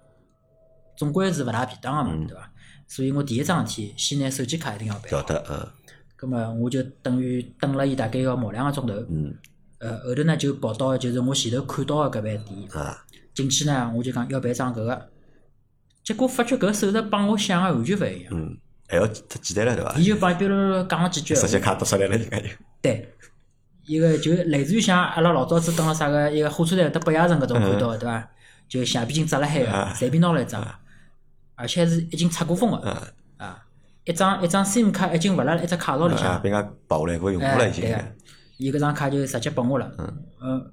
Speaker 2: 总归是勿大便当个嘛，对伐？所以我第一桩事体，先拿手机卡一定要办
Speaker 1: 晓
Speaker 2: 好。
Speaker 1: 得，嗯。
Speaker 2: 葛末我就等于等了伊大概要毛两个钟头。
Speaker 1: 嗯。
Speaker 2: 呃，后头呢就跑到就是我前头看到个搿爿店，
Speaker 1: 啊，
Speaker 2: 进去呢我就讲要办张搿个，结果发觉搿手续帮我想个完全勿一样。
Speaker 1: 嗯，还要太简单了，对伐
Speaker 2: 伊？就帮比如讲了几句闲
Speaker 1: 直
Speaker 2: 话，
Speaker 1: 接卡读出来了，人家就
Speaker 2: 对，一个就类似于像阿拉老早子蹲了啥个一个火车站搭北亚城搿种看到个对伐？就橡皮筋扎了海
Speaker 1: 啊
Speaker 2: 个，随便拿了一张，而且是已经拆过封个
Speaker 1: 啊
Speaker 2: 啊，一张一张 SIM 卡已经勿辣一只卡槽里向
Speaker 1: 啊，
Speaker 2: 了。
Speaker 1: 被人家绑下来，过用过了
Speaker 2: 哎，
Speaker 1: 已经
Speaker 2: 对。个，伊搿张卡就直接拨我了。
Speaker 1: 嗯
Speaker 2: 嗯，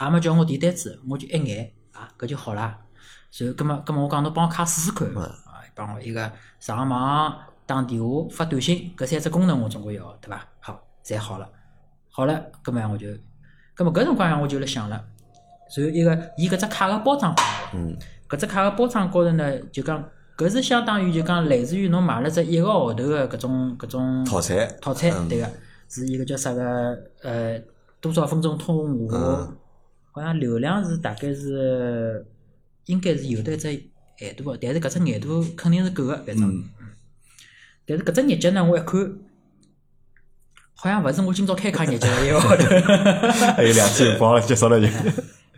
Speaker 2: 也没叫我填单子，我就一眼啊，搿就好啦。然后，葛末葛末我讲侬帮我卡试试看，啊，帮我一个上网、打电话、发短信，搿三只功能我总归要，对伐？好，侪好了，好了，葛末我就，葛末搿辰光我就辣想了，然后一个伊搿只卡个包装拨我，
Speaker 1: 嗯，
Speaker 2: 搿只卡个包装高头呢，就讲搿是相当于就讲类似于侬买了只一个号头个搿种搿种
Speaker 1: 套餐，
Speaker 2: 套餐
Speaker 1: 嗯，
Speaker 2: 对个，是一个叫啥个呃多少分钟通话
Speaker 1: 嗯，
Speaker 2: 好像流量是大概是应该是有得一只限度个，哦但是搿只限度肯定是够个，反正。
Speaker 1: 嗯
Speaker 2: 但是搿只日节呢，我一看，好像勿是我今朝开卡日节个一个号头，
Speaker 1: 还有两天光了，结束了就。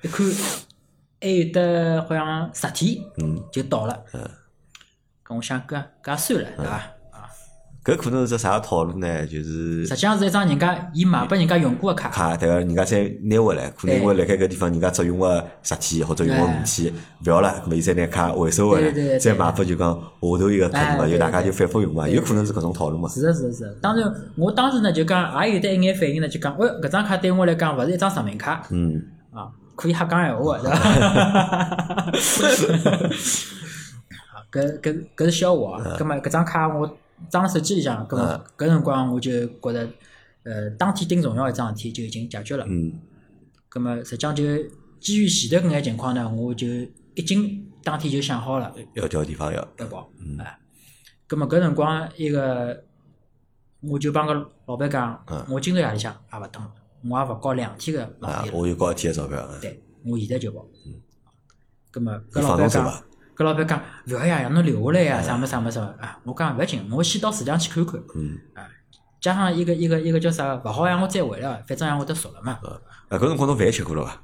Speaker 2: 一看还有得好像十天
Speaker 1: 嗯，
Speaker 2: 就到了
Speaker 1: 嗯。
Speaker 2: 跟我想搿搿也算了，对伐？啊，
Speaker 1: 搿可能是啥套路呢？就是
Speaker 2: 实际上是一张人家伊买拨人家用过个卡。
Speaker 1: 卡，对伐？人家再拿回来，可能因为辣盖搿地方人家只用个十天或者用个五天，勿要了，咾么伊再拿卡回收回
Speaker 2: 对对对
Speaker 1: 来，
Speaker 2: 对
Speaker 1: 再买拨就讲下头一个客人嘛，
Speaker 2: 哎
Speaker 1: 就
Speaker 2: 对
Speaker 1: 大家
Speaker 2: 对
Speaker 1: 就反复用嘛，有可能是搿种套路嘛。
Speaker 2: 是的，是的，是的。当然，我当时呢就讲，也有得一眼反应呢，就讲，喂，搿张卡对我来讲勿是一张实名卡
Speaker 1: 嗯，
Speaker 2: 啊，可以瞎讲闲话的，对伐？啊 搿搿搿是笑话啊！葛末搿张卡我装辣手机里向，葛末
Speaker 1: 嗯
Speaker 2: 搿辰光我就觉着，呃，当天顶重要一桩事体就已经解决了。
Speaker 1: 嗯，
Speaker 2: 葛末实际上就基于前头搿眼情况呢，我就已经当天就想好了。
Speaker 1: 要调地方要，
Speaker 2: 对不？
Speaker 1: 嗯
Speaker 2: 哎，葛么搿辰光一个，我就帮个老板讲
Speaker 1: 嗯，
Speaker 2: 我今朝夜里向也勿等了，我也勿搞两天个
Speaker 1: 啊
Speaker 2: 房钿，了，
Speaker 1: 我就交一天个钞票，嗯
Speaker 2: 对，我现在就跑。葛么搿
Speaker 1: 你
Speaker 2: 老
Speaker 1: 放
Speaker 2: 板
Speaker 1: 侬走
Speaker 2: 讲，
Speaker 1: 伐？
Speaker 2: 搿老板讲勿要呀，让侬留下来
Speaker 1: 哎
Speaker 2: 呀，啥么啥么啥么啊！我讲勿要紧，我先到市里向去看看。
Speaker 1: 嗯。
Speaker 2: 啊，加上一个一个一个叫啥，勿好让我再回来了，反正让我得熟了嘛。
Speaker 1: 啊，搿辰光侬饭吃过了伐？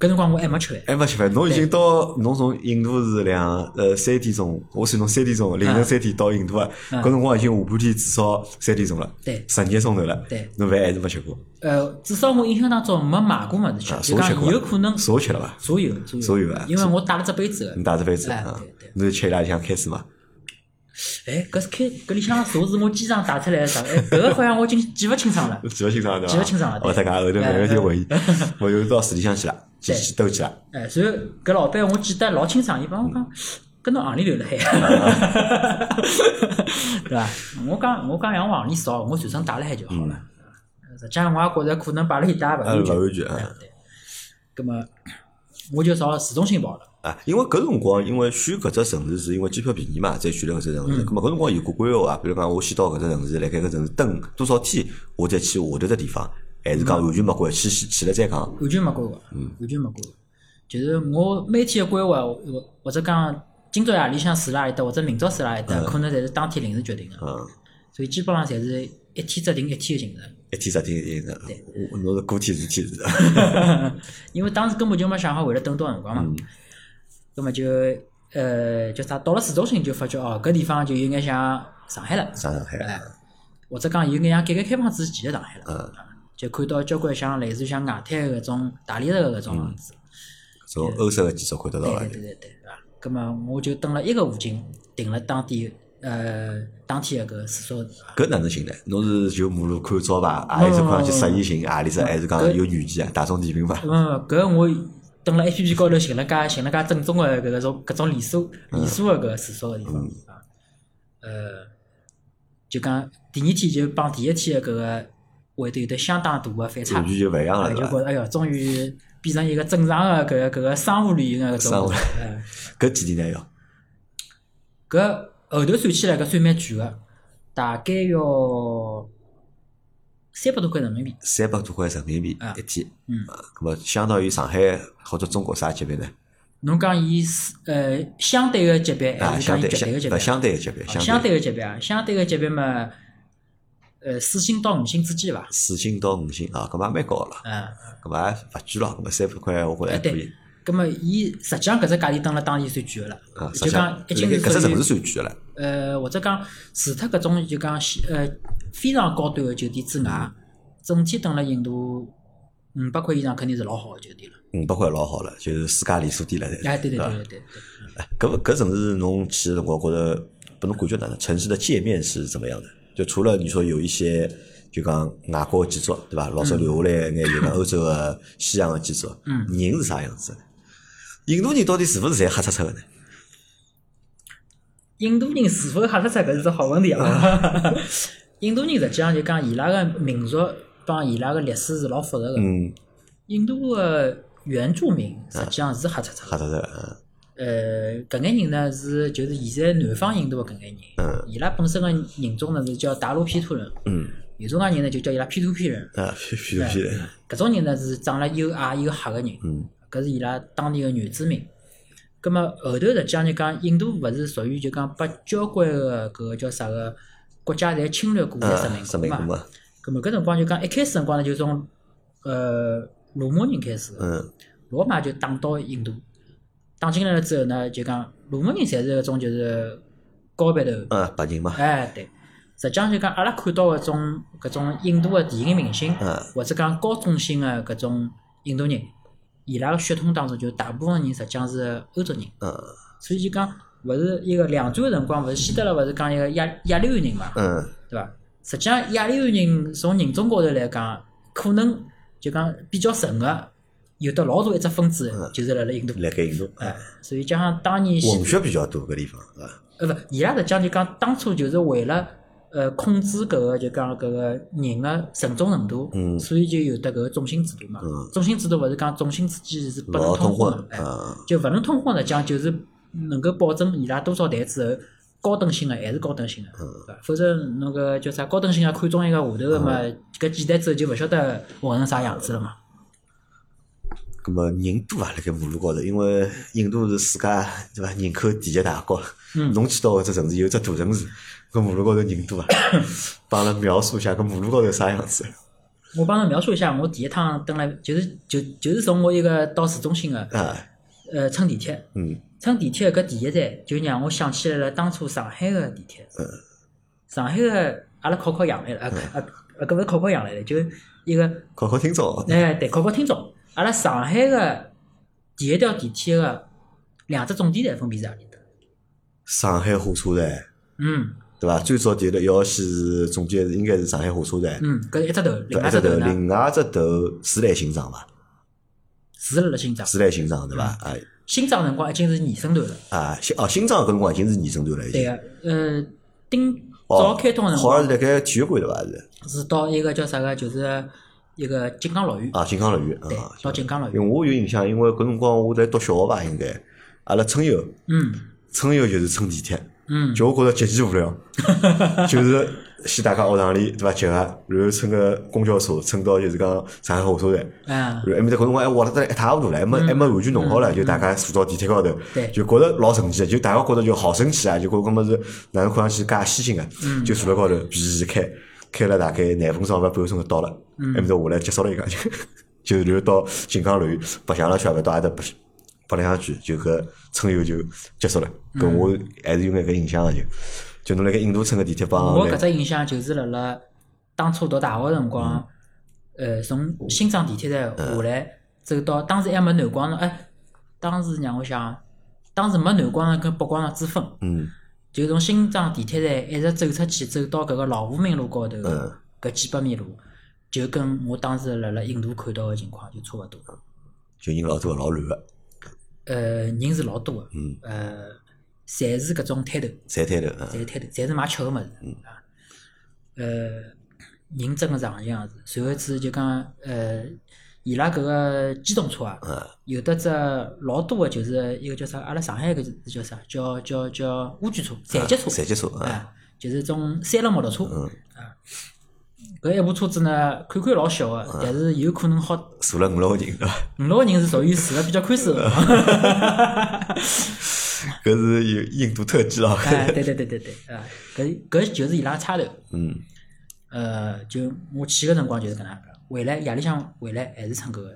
Speaker 2: 搿辰光我还没吃饭，
Speaker 1: 还没吃饭，侬已经到侬从印度是两呃三点钟，我算侬三点钟，凌晨三点到印度啊，
Speaker 2: 嗯
Speaker 1: 搿辰光已经下半天至少三点钟了，
Speaker 2: 对
Speaker 1: 十二个钟头了，
Speaker 2: 对
Speaker 1: 侬饭还是没吃过，
Speaker 2: 呃，至少我印象当中没买过物事
Speaker 1: 啊，
Speaker 2: 吃，
Speaker 1: 所
Speaker 2: 就
Speaker 1: 有吃
Speaker 2: 讲
Speaker 1: 过，
Speaker 2: 有可能
Speaker 1: 所有吃了伐？
Speaker 2: 所有
Speaker 1: 所
Speaker 2: 所
Speaker 1: 有
Speaker 2: 有
Speaker 1: 啊
Speaker 2: 因为我带了只杯子的
Speaker 1: 你。打只杯子
Speaker 2: 哎
Speaker 1: 啊
Speaker 2: 对对，
Speaker 1: 侬就吃伊拉里向开始嘛，
Speaker 2: 哎，搿是开搿里向茶是我机场带出来的茶，哎，搿个好像我已经记勿清爽了。
Speaker 1: 记勿清爽对伐？
Speaker 2: 记勿清爽了对
Speaker 1: 哦，他讲后头慢慢就回忆
Speaker 2: 哎，
Speaker 1: 我又到市里向去了，去
Speaker 2: 对
Speaker 1: 去兜去了，
Speaker 2: 哎，然后搿老板我记得老清爽，伊帮我讲，搿侬行钿留辣海， 对伐？我讲我讲像我行钿少，我随身带辣海就好了。实际上我也觉着可能摆辣伊带也勿
Speaker 1: 呃，
Speaker 2: 安
Speaker 1: 勿
Speaker 2: 全。
Speaker 1: 安全啊。
Speaker 2: 哎对，葛末我就朝市中心跑了。
Speaker 1: 啊，因为搿辰光，因为选搿只城市是因为机票便宜嘛，再选了搿只城
Speaker 2: 嗯
Speaker 1: 市。咁么搿辰光哦有过规划啊，比如讲我先到搿只城市，辣盖搿城市等多少天，我再去下头只地方。还是讲
Speaker 2: 嗯
Speaker 1: 完全没关系，去去了再讲。啊
Speaker 2: 完全没规划，完全没规划。就是我每天的规划，我或者讲今朝夜里向住辣阿里搭，或者明朝住辣阿里搭，可能侪是当天临时决定的。
Speaker 1: 嗯，
Speaker 2: 所以基本上侪是一天制定一天的行程，
Speaker 1: 一天十天一天，我侬是过天是天是的，
Speaker 2: 因为当时根本就没想好会得等多少辰光嘛。那么就呃叫啥？到了市中心就发觉哦，搿地方就有眼像上海了，
Speaker 1: 上海
Speaker 2: 哎，或者讲有眼像改革开放之前的上海了。
Speaker 1: 嗯
Speaker 2: 啊就看到交关像类似于像外滩搿种大理石的搿种房子，
Speaker 1: 从欧式的建筑看得到了
Speaker 2: 对。对对对，对伐？葛么我就蹲了一个附近，订了当地呃当天的搿住宿，
Speaker 1: 搿哪能行呢？侬是就马路看招牌，还是讲去实验性，还是还是讲有软件啊，大众点评吧？
Speaker 2: 嗯，搿我蹲辣 A P P 高头寻了家寻了家正宗的搿种搿种连锁连锁的搿住宿个地方啊，呃，就讲第二天就帮第一天的搿个会得有得相当大的反差
Speaker 1: 完，全就勿一样
Speaker 2: 啊
Speaker 1: 了，
Speaker 2: 就
Speaker 1: 对
Speaker 2: 觉
Speaker 1: 伐？
Speaker 2: 着哎哟，终于变成一个正常的搿个搿个商务旅游的搿
Speaker 1: 商务
Speaker 2: 种，哎
Speaker 1: 搿几天呢要？
Speaker 2: 搿后头算起来搿算蛮贵个，大概要三百多块人民币。
Speaker 1: 三百多块人民币
Speaker 2: 啊
Speaker 1: 一天，
Speaker 2: 嗯
Speaker 1: 啊，搿么相当于上海或者中国啥级别呢？
Speaker 2: 侬讲伊是呃相对个级别，
Speaker 1: 啊，
Speaker 2: 哎还是
Speaker 1: 相
Speaker 2: 讲伊
Speaker 1: 对
Speaker 2: 绝对个级
Speaker 1: 相
Speaker 2: 别
Speaker 1: 勿？相对个级别，
Speaker 2: 啊
Speaker 1: 相
Speaker 2: 相
Speaker 1: 对
Speaker 2: 对个级别啊，相对个级别嘛，呃四星到五星之间伐？
Speaker 1: 四星到五星啊，搿么也蛮高个了，
Speaker 2: 嗯，
Speaker 1: 搿么也勿贵了，搿么三百块我觉着还
Speaker 2: 哎
Speaker 1: 可以
Speaker 2: 对。。葛么伊实际上搿只价钿蹲辣当地算贵个了
Speaker 1: 啊，，实
Speaker 2: 就
Speaker 1: 际
Speaker 2: 讲
Speaker 1: 上，辣
Speaker 2: 一进
Speaker 1: 盖搿只城市
Speaker 2: 是
Speaker 1: 算贵个了，
Speaker 2: 呃或者讲除脱搿种就讲西呃非常高端个酒店之外，整体蹲辣印度五百块以上肯定是老好个酒店了。
Speaker 1: 五百块老好了，就是四家连锁店了。侪是
Speaker 2: 哎，对对
Speaker 1: 吧
Speaker 2: 对对对，
Speaker 1: 哎搿搿城市侬去的辰光，觉着拨侬感觉哪能？城市的界面是怎么样的？就除了你说有一些就讲外国的建筑，对伐？老早留下来眼就讲欧洲的西洋的建筑，
Speaker 2: 嗯
Speaker 1: 人是啥样子的？印度人到底是勿是侪黑漆漆的呢？
Speaker 2: 印度人是否吓得出搿是只好问题啊！ 印度人实际上就讲伊拉个民族帮伊拉个历史是老复杂个。
Speaker 1: 嗯，
Speaker 2: 印度个原住民实际上是黑漆漆
Speaker 1: 黑漆
Speaker 2: 个。
Speaker 1: 漆的，
Speaker 2: 呃，搿眼人呢是就是现在南方印度个搿眼人，伊拉本身个人种呢是叫达鲁毗突人，
Speaker 1: 嗯，
Speaker 2: 有种介人呢就叫伊拉毗突毗人，
Speaker 1: 嗯，啊，屁屁屁的，
Speaker 2: 搿种人呢是长了又矮又黑个人，
Speaker 1: 嗯
Speaker 2: 搿是伊拉当地个原住民。葛末后头实际上就讲，印度勿是属于就讲被交关个搿个叫啥个国家侪侵略过侪殖
Speaker 1: 嗯，殖
Speaker 2: 民
Speaker 1: 民
Speaker 2: 过
Speaker 1: 过
Speaker 2: 嘛。
Speaker 1: 嘛，
Speaker 2: 葛末搿辰光就讲一开始辰光呢，就从呃罗马人开始，
Speaker 1: 嗯，
Speaker 2: 罗马就打到印度，打进来了之后呢，就讲罗马人侪是搿种就是高鼻头，
Speaker 1: 嗯，白人嘛，
Speaker 2: 哎，对，实际上就讲阿拉看到搿种搿种印度个电影明星，
Speaker 1: 嗯
Speaker 2: 或者讲高中性个搿种印度人，伊拉个血统当中就大部分人实际上是欧洲人，
Speaker 1: 嗯
Speaker 2: 所以就讲勿是一个两战个辰光，勿是希特勒勿是讲一个亚亚利安人嘛，
Speaker 1: 嗯，
Speaker 2: 对伐？实际上亚利安人从人种高头来讲，可能就讲比较纯个，有得老大一只分支
Speaker 1: 嗯
Speaker 2: 就是辣辣印度，
Speaker 1: 辣盖印度，
Speaker 2: 哎，所以加上当年希
Speaker 1: 混血比较多搿地方，是伐？
Speaker 2: 呃，勿，伊拉实际上就讲当初就是为了呃控制搿个就讲搿个人个纯种程度，
Speaker 1: 嗯
Speaker 2: 所以就有得搿个种姓制度嘛。
Speaker 1: 嗯
Speaker 2: 种姓制度勿是讲种姓之间是不能
Speaker 1: 老
Speaker 2: 通
Speaker 1: 通
Speaker 2: 婚
Speaker 1: 婚
Speaker 2: 的，，哎，
Speaker 1: 嗯。
Speaker 2: 就勿能通婚实际上就是能够保证伊拉多少代之后。高等性个还是高等性个，对伐？否则侬搿叫啥高等性个看中一个下头个嘛，搿几代之后就勿晓得混成啥样子了嘛。
Speaker 1: 咁么人多啊，辣盖马路高头，因为印度是世界对伐人口第一大国，
Speaker 2: 嗯
Speaker 1: 侬去到搿只城市有只大城市，搿马路高头人 多啊，帮阿拉描述一下搿马路高头啥样子
Speaker 2: 我帮侬描述一下，我第一趟登来就是就就是从我一个到市中心个，
Speaker 1: 啊？
Speaker 2: 呃，乘地铁，
Speaker 1: 嗯，
Speaker 2: 乘地铁搿第一站就让我想起来了当初上海个地铁。
Speaker 1: 嗯
Speaker 2: 上海个阿拉考考杨澜了，啊啊啊，搿勿是考考杨澜了，就一个
Speaker 1: 考考听众，
Speaker 2: 哎对，考考听众，阿拉上海个第一条地铁个两只终点站分别是啊何里搭？
Speaker 1: 上海火车站
Speaker 2: 嗯
Speaker 1: 对伐？最早第一条线是总结应该是上海火车站，
Speaker 2: 嗯，搿是一只头，另
Speaker 1: 对
Speaker 2: 外
Speaker 1: 一只
Speaker 2: 头
Speaker 1: 头，
Speaker 2: 呢嗯
Speaker 1: 另外一只头是来新庄伐？
Speaker 2: 是辣辣新庄，
Speaker 1: 是来新庄对伐？啊
Speaker 2: 新庄辰光已经是延伸段了，
Speaker 1: 啊，新哦新庄搿辰光已经是二中段了，已
Speaker 2: 对
Speaker 1: 经
Speaker 2: 个，呃，顶早
Speaker 1: 哦，
Speaker 2: 开通个辰
Speaker 1: 好像
Speaker 2: 光
Speaker 1: 是辣盖体育馆对伐？是
Speaker 2: 是到一个叫啥个，就是一个金刚乐园，
Speaker 1: 啊，金刚乐园
Speaker 2: 对
Speaker 1: 啊，，
Speaker 2: 到金刚乐
Speaker 1: 因
Speaker 2: 园，
Speaker 1: 为我有印象，因为搿辰光我在读小学吧，应该阿拉春游，
Speaker 2: 嗯
Speaker 1: 春游就是乘地铁，
Speaker 2: 嗯
Speaker 1: 就我觉着极其无聊，就是先大家学堂里对伐集合，然后乘个公交车乘到就是讲上海火车站。
Speaker 2: 嗯
Speaker 1: 然后埃面搭搿辰光还活得一哎塌糊涂了，还没还没完全弄好了，就大家坐到地铁高头
Speaker 2: 对，
Speaker 1: 就觉着老神奇的，就大家觉着就好神奇啊，就觉着搿么是哪能看上去介先进个，啊
Speaker 2: 嗯
Speaker 1: 就坐辣高头，皮一开，开了大概廿分钟勿半个钟就到了，
Speaker 2: 嗯
Speaker 1: 哎埃面搭下来结束了一个，就 就然后到锦江路白相了圈，勿到阿搭白白相去，就搿春游就结束了。
Speaker 2: 嗯
Speaker 1: 搿我还是有眼搿印象个就。就侬辣盖印度乘个地铁帮
Speaker 2: 我
Speaker 1: 来
Speaker 2: 搿只印象就是辣辣当初读大学的辰光，呃，从新庄地铁站下来，走到当时还没南广场，哎，当时让我想，当时没南广场跟北广场之分，
Speaker 1: 嗯，
Speaker 2: 就从新庄地铁站一直走出去，走到搿个老虎门路高头，搿几百米路，就跟我当时辣辣印度看到的情况就差勿多。
Speaker 1: 就人老多老乱个，
Speaker 2: 呃，人是老多的，呃，侪是搿种摊头，
Speaker 1: 侪摊头啊。
Speaker 2: 侪是摊头，侪是卖吃个物事啊。呃，人真个长一样子。随后子就讲，呃，伊拉搿个机动车啊，有的只老多个就是一个叫啥，阿拉上海搿个叫啥，叫叫叫乌龟车、残疾车，
Speaker 1: 残疾车啊，
Speaker 2: 啊，就是种三轮摩托车啊。搿一部车子呢，看看老小个，但是有可能好
Speaker 1: 坐了五六个人对伐？
Speaker 2: 五六个人是属于坐了比较宽适个。
Speaker 1: 搿是有印度特啊技咯。
Speaker 2: 哎，对对对对对，啊，搿搿就是伊拉差头。嗯。呃，就我去个辰光就是搿能介，回来夜里向回来还是乘搿个。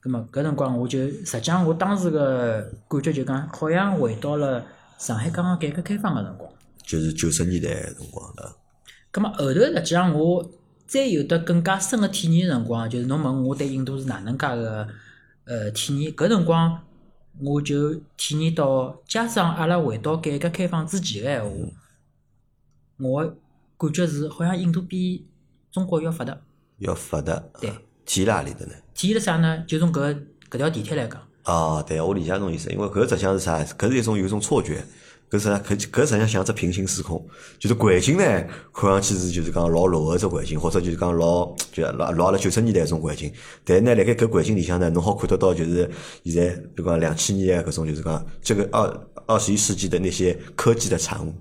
Speaker 2: 葛末搿辰光我就实际上我当时个感觉就讲，好像回到了上海刚刚改革开放个辰光。
Speaker 1: 就是九十年代的辰光啊的，
Speaker 2: 葛末啊后头实际上我再有得更加深个体验个辰光，啊就是侬问我对印度是哪能介个呃体验，搿辰光我就体验到，加上阿拉回到改革开放之前个闲话，我的感觉是好像印度比中国要发达。
Speaker 1: 要发达。
Speaker 2: 对
Speaker 1: 啊，体现辣何里的呢？
Speaker 2: 体现了啥呢？就从搿搿条地铁来讲，
Speaker 1: 啊，对，我理解侬意思，因为搿实际上是啥？搿是一种有一种错觉，搿实际上搿搿实际上像只平行时空，就是环境呢，看上去是就是讲老落后只环境，或者就是讲老就老老阿拉九十年代一种环境，但是呢，辣盖搿环境里向呢，侬好看得到就是现在比如讲两千年啊搿种就是讲这个二二十一世纪的那些科技的产物，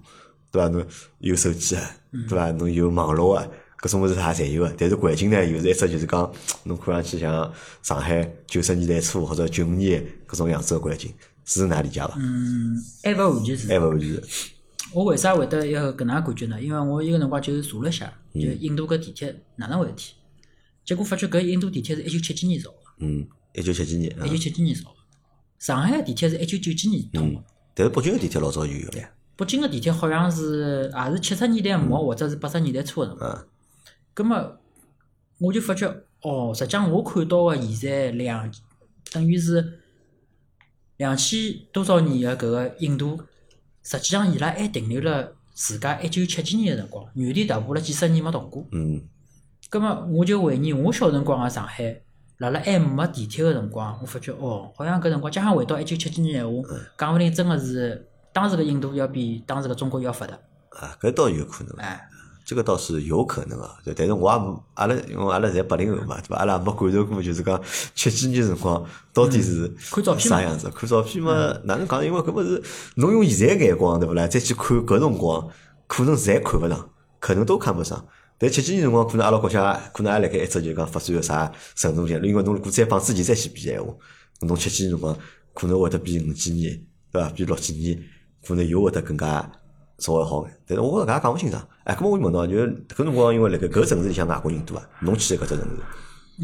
Speaker 1: 对伐？侬有手机啊，对伐？侬有网络啊。搿种物事啥侪有个，啊但是环境呢，又是一只就是讲，侬看上去像上海九十年代初或者九五年搿种样子个环境，是㑚理解伐？
Speaker 2: 嗯还勿完全是。
Speaker 1: 还勿完全是，
Speaker 2: 我为啥会得一个搿能介感觉呢？因为我一个辰光就是查了一下，就印度搿地铁哪能回事体，结果发觉搿印度地铁是一九七几年造的。
Speaker 1: 嗯，一九七几年，啊
Speaker 2: 一九七几年造的。上海的地铁是一九九几年通的，
Speaker 1: 嗯但是北京个地铁老早就有了，
Speaker 2: 北京的地铁好像是也是七十年代末或者是八十年代初的辰光。咁么，我就发觉，哦，实际上我看到的现在两，等于是两千多少年的搿个印度，实际上伊拉还停留了自家一九七几年的辰光，原地踏步了几十年没动过。
Speaker 1: 嗯，
Speaker 2: 咁么我就回忆我小辰光个上海，辣辣还没地铁个辰光，我发觉哦，好像搿辰光加上回到一九七几年闲话，
Speaker 1: 嗯
Speaker 2: 讲勿定真个是当时个印度要比当时个中国要发达，
Speaker 1: 啊，搿倒有可能，
Speaker 2: 哎，
Speaker 1: 这个倒是有可能啊。对但是我也没阿拉因为阿拉侪八零后嘛，对伐？阿拉也没感受过，就是讲七几年辰光到底哦是嗯
Speaker 2: 看照片嘛
Speaker 1: 啥样子？看照片嘛，哪能讲？因为搿物事侬用现在眼光对勿啦？再去看搿辰光，可能侪看勿上，可能都看不上。但七几年辰光，可能阿拉国家可能还辣盖一直就讲发展到啥程度上，因为侬如果再帮之前再去比闲话，侬七几年辰光可能会得比五几年对伐？比六几年可能又会得更加稍微好眼。但是我搿也讲勿清爽。哎，搿么我问侬啊，就是搿辰光因为辣盖搿城市里向外国人多啊，侬去的搿只城市，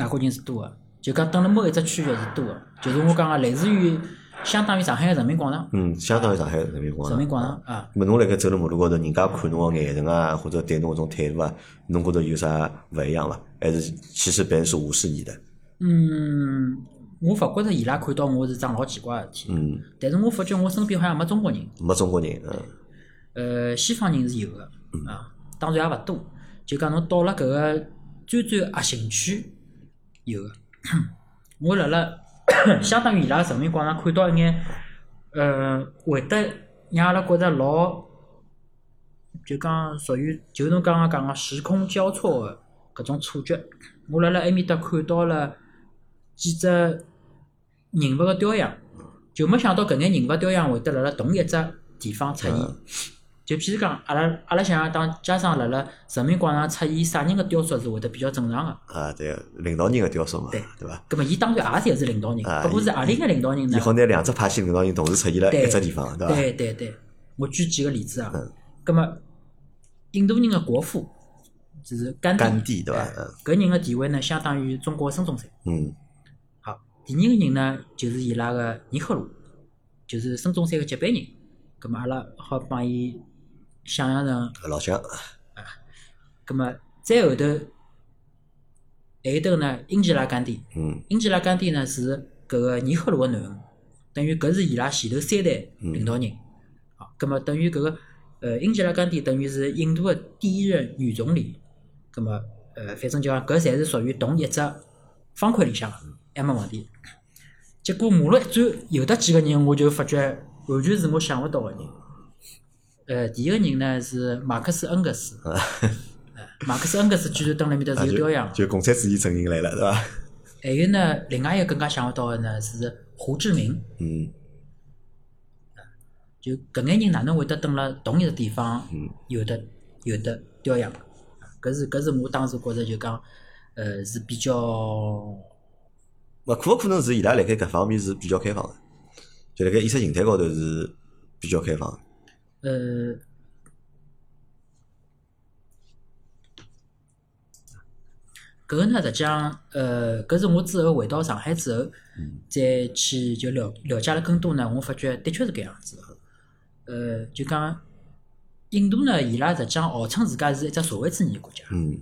Speaker 2: 外国人是多个，就讲等辣某一只区域是多个，就是我讲个类似于相当于上海个人民广场，
Speaker 1: 嗯，相当于上海人民广
Speaker 2: 人
Speaker 1: 场。
Speaker 2: 民广场啊，
Speaker 1: 么侬辣盖走路马路高头，人家看侬个眼神啊，或者对侬搿种态度啊，侬觉着有啥勿一样伐？还是其实别人是无视你的？
Speaker 2: 嗯，我勿觉着伊拉看到我是桩老奇怪个事体，
Speaker 1: 嗯，
Speaker 2: 但是我发觉我身边好像没中国人。
Speaker 1: 没中国人，嗯，
Speaker 2: 呃，西方人是有的，啊，当然也勿多。就讲侬到了搿个最最核心区有的，我辣辣相当于伊拉人民广场看到一眼，呃，会得让阿拉觉着老，就讲属于就侬刚刚讲个时空交错的搿种错觉。我辣辣埃面搭看到了几只人物个雕像，就没想到搿眼人物雕像会得辣辣同一只地方出现。就譬如讲，阿拉阿拉想当家长辣辣人民广场出现啥人个雕塑是会得比较正常个。
Speaker 1: 啊，对个，领导人个雕塑嘛，
Speaker 2: 对
Speaker 1: 对伐？
Speaker 2: 葛末伊当然也是一只领导人，
Speaker 1: 啊
Speaker 2: 不过是何里个领导人
Speaker 1: 伊
Speaker 2: 呢？
Speaker 1: 好拿两只派系领导人同时出现了
Speaker 2: 对
Speaker 1: 一只地方，对伐？
Speaker 2: 对对对，我举几个例子啊
Speaker 1: 嗯。
Speaker 2: 葛末印度人个国父就是甘地，
Speaker 1: 甘地对嗯伐
Speaker 2: 哎？搿人个地位呢，相当于中国孙中山。
Speaker 1: 嗯
Speaker 2: 好，第二个人呢，就是伊拉个尼赫鲁，就是孙中山个接班人。葛末阿拉好帮伊想象成，
Speaker 1: 嗯，老乡，
Speaker 2: 葛末再后头，还有头呢，英吉拉甘地，
Speaker 1: 嗯
Speaker 2: 英吉拉甘地呢是搿个尼赫鲁个囡恩，等于搿是伊拉前头三代领导人。好，葛末等于搿个呃英吉拉甘地等于是印度个第一任女总理。葛末呃，反正就讲搿侪是属于同一只方块里向个，还没问题。结果马路一转，有得几个人我就发觉完全是我想勿到个人。呃，第一个人呢是马克思恩格斯，呃马克思恩格斯居然蹲辣面搭是有雕像
Speaker 1: 啊就
Speaker 2: 的。
Speaker 1: 就共产主义阵营来了，对伐？
Speaker 2: 还有呢，另外一个更加想勿到个呢是胡志明。
Speaker 1: 嗯，
Speaker 2: 就搿眼人哪能会得蹲辣同一个地方有的有的雕像？搿是搿是我当时觉着就讲，呃，是比较
Speaker 1: 那可勿可能是伊拉辣盖搿方面是比较开放的，就辣盖意识形态高头是比较开放的。
Speaker 2: 呃，搿个呢实际上，呃，搿是我之后回到上海之后，
Speaker 1: 嗯
Speaker 2: 再去就了了解了更多呢，我发觉的确是搿样子的。呃，就讲印度呢，伊拉实际上号称自家是一只社会主义国家。
Speaker 1: 嗯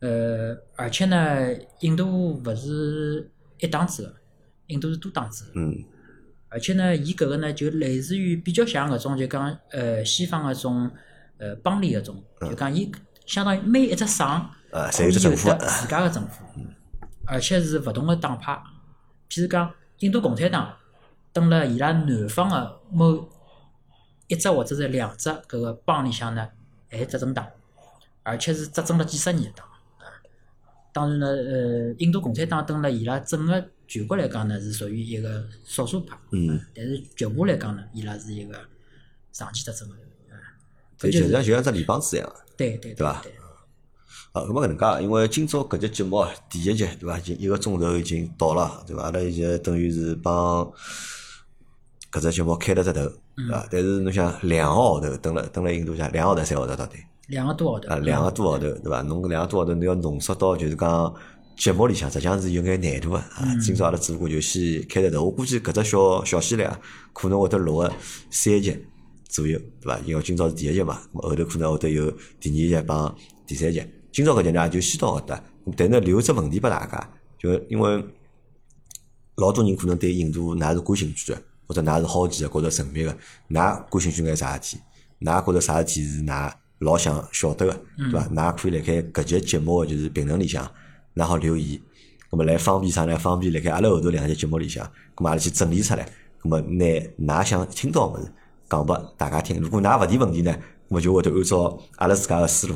Speaker 2: 呃，而且呢，印度勿是一党制的，印度是多党制的。
Speaker 1: 嗯
Speaker 2: 而且呢，伊搿个呢，就类似于比较像搿种，就讲呃西方搿种呃邦联搿种，就讲伊相当于每一只省
Speaker 1: 啊侪
Speaker 2: 可以
Speaker 1: 有
Speaker 2: 有
Speaker 1: 只
Speaker 2: 得
Speaker 1: 政府啊
Speaker 2: 自家个政府，而且是勿同个党派。譬如讲，印度共产党登了伊拉南方个某一只或者是两只搿个邦里向呢，还执政党，而且是执政了几十年的党。当然了，呃，印度共产党登了伊拉整个全国来讲呢，是属于一个少数派。
Speaker 1: 嗯，
Speaker 2: 但是局部来讲呢，伊拉是一个长期执政的，嗯，
Speaker 1: 对，就
Speaker 2: 搿就
Speaker 1: 像
Speaker 2: 是
Speaker 1: 就像只联邦制一样。
Speaker 2: 对对
Speaker 1: 对吧
Speaker 2: 对，
Speaker 1: 啊，咁么搿能介，因为今朝搿节节目啊第一集对伐，已经一个钟头已经到了，对伐？阿拉现在等于是帮搿只节目开了只头，对伐？但是侬想两个号头蹲辣蹲辣印度下，两个号头三个号头到底
Speaker 2: 两个多号头，
Speaker 1: 啊，两个多号头对伐？侬搿两个多号头侬要浓缩到就是讲节目里向，实际上是有眼难度个啊。今朝阿拉只不过就先开只头，我估计搿只小小系列啊，可能会得录个三集左右，对伐？因为今朝是第一集嘛，咁后头可能会得有第二集帮第三集。今朝搿集呢就先到搿搭，咁但呢留只问题拨大家，就因为老多人可能对印度㑚是感兴趣个，或者㑚是好奇个，觉着神秘个，㑚感兴趣眼啥事体？㑚觉着啥事体是㑚老想晓得个，对
Speaker 2: 嗯
Speaker 1: 伐？㑚可以辣盖搿节节目个就是评论里向，㑚好留言。咁么来方便啥呢？方便辣盖阿拉后头两节节目里向，咁么阿拉去整理出来。咁么拿㑚想听到个物事讲拨大家听。如果㑚勿提问题呢，咁么就会得按照阿拉自家个思路，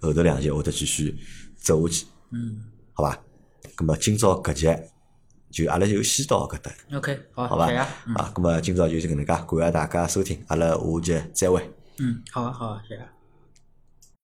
Speaker 1: 后头两节会得继续走下去，
Speaker 2: 嗯
Speaker 1: 好伐？咁么今朝搿节就阿拉就先到搿搭。
Speaker 2: ，OK，好，
Speaker 1: 好吧
Speaker 2: 谢谢啊，嗯
Speaker 1: 啊，咁么今朝就是搿能介，感谢大家收听，阿拉下节再会。
Speaker 2: 嗯，好啊，好啊，谢谢啊。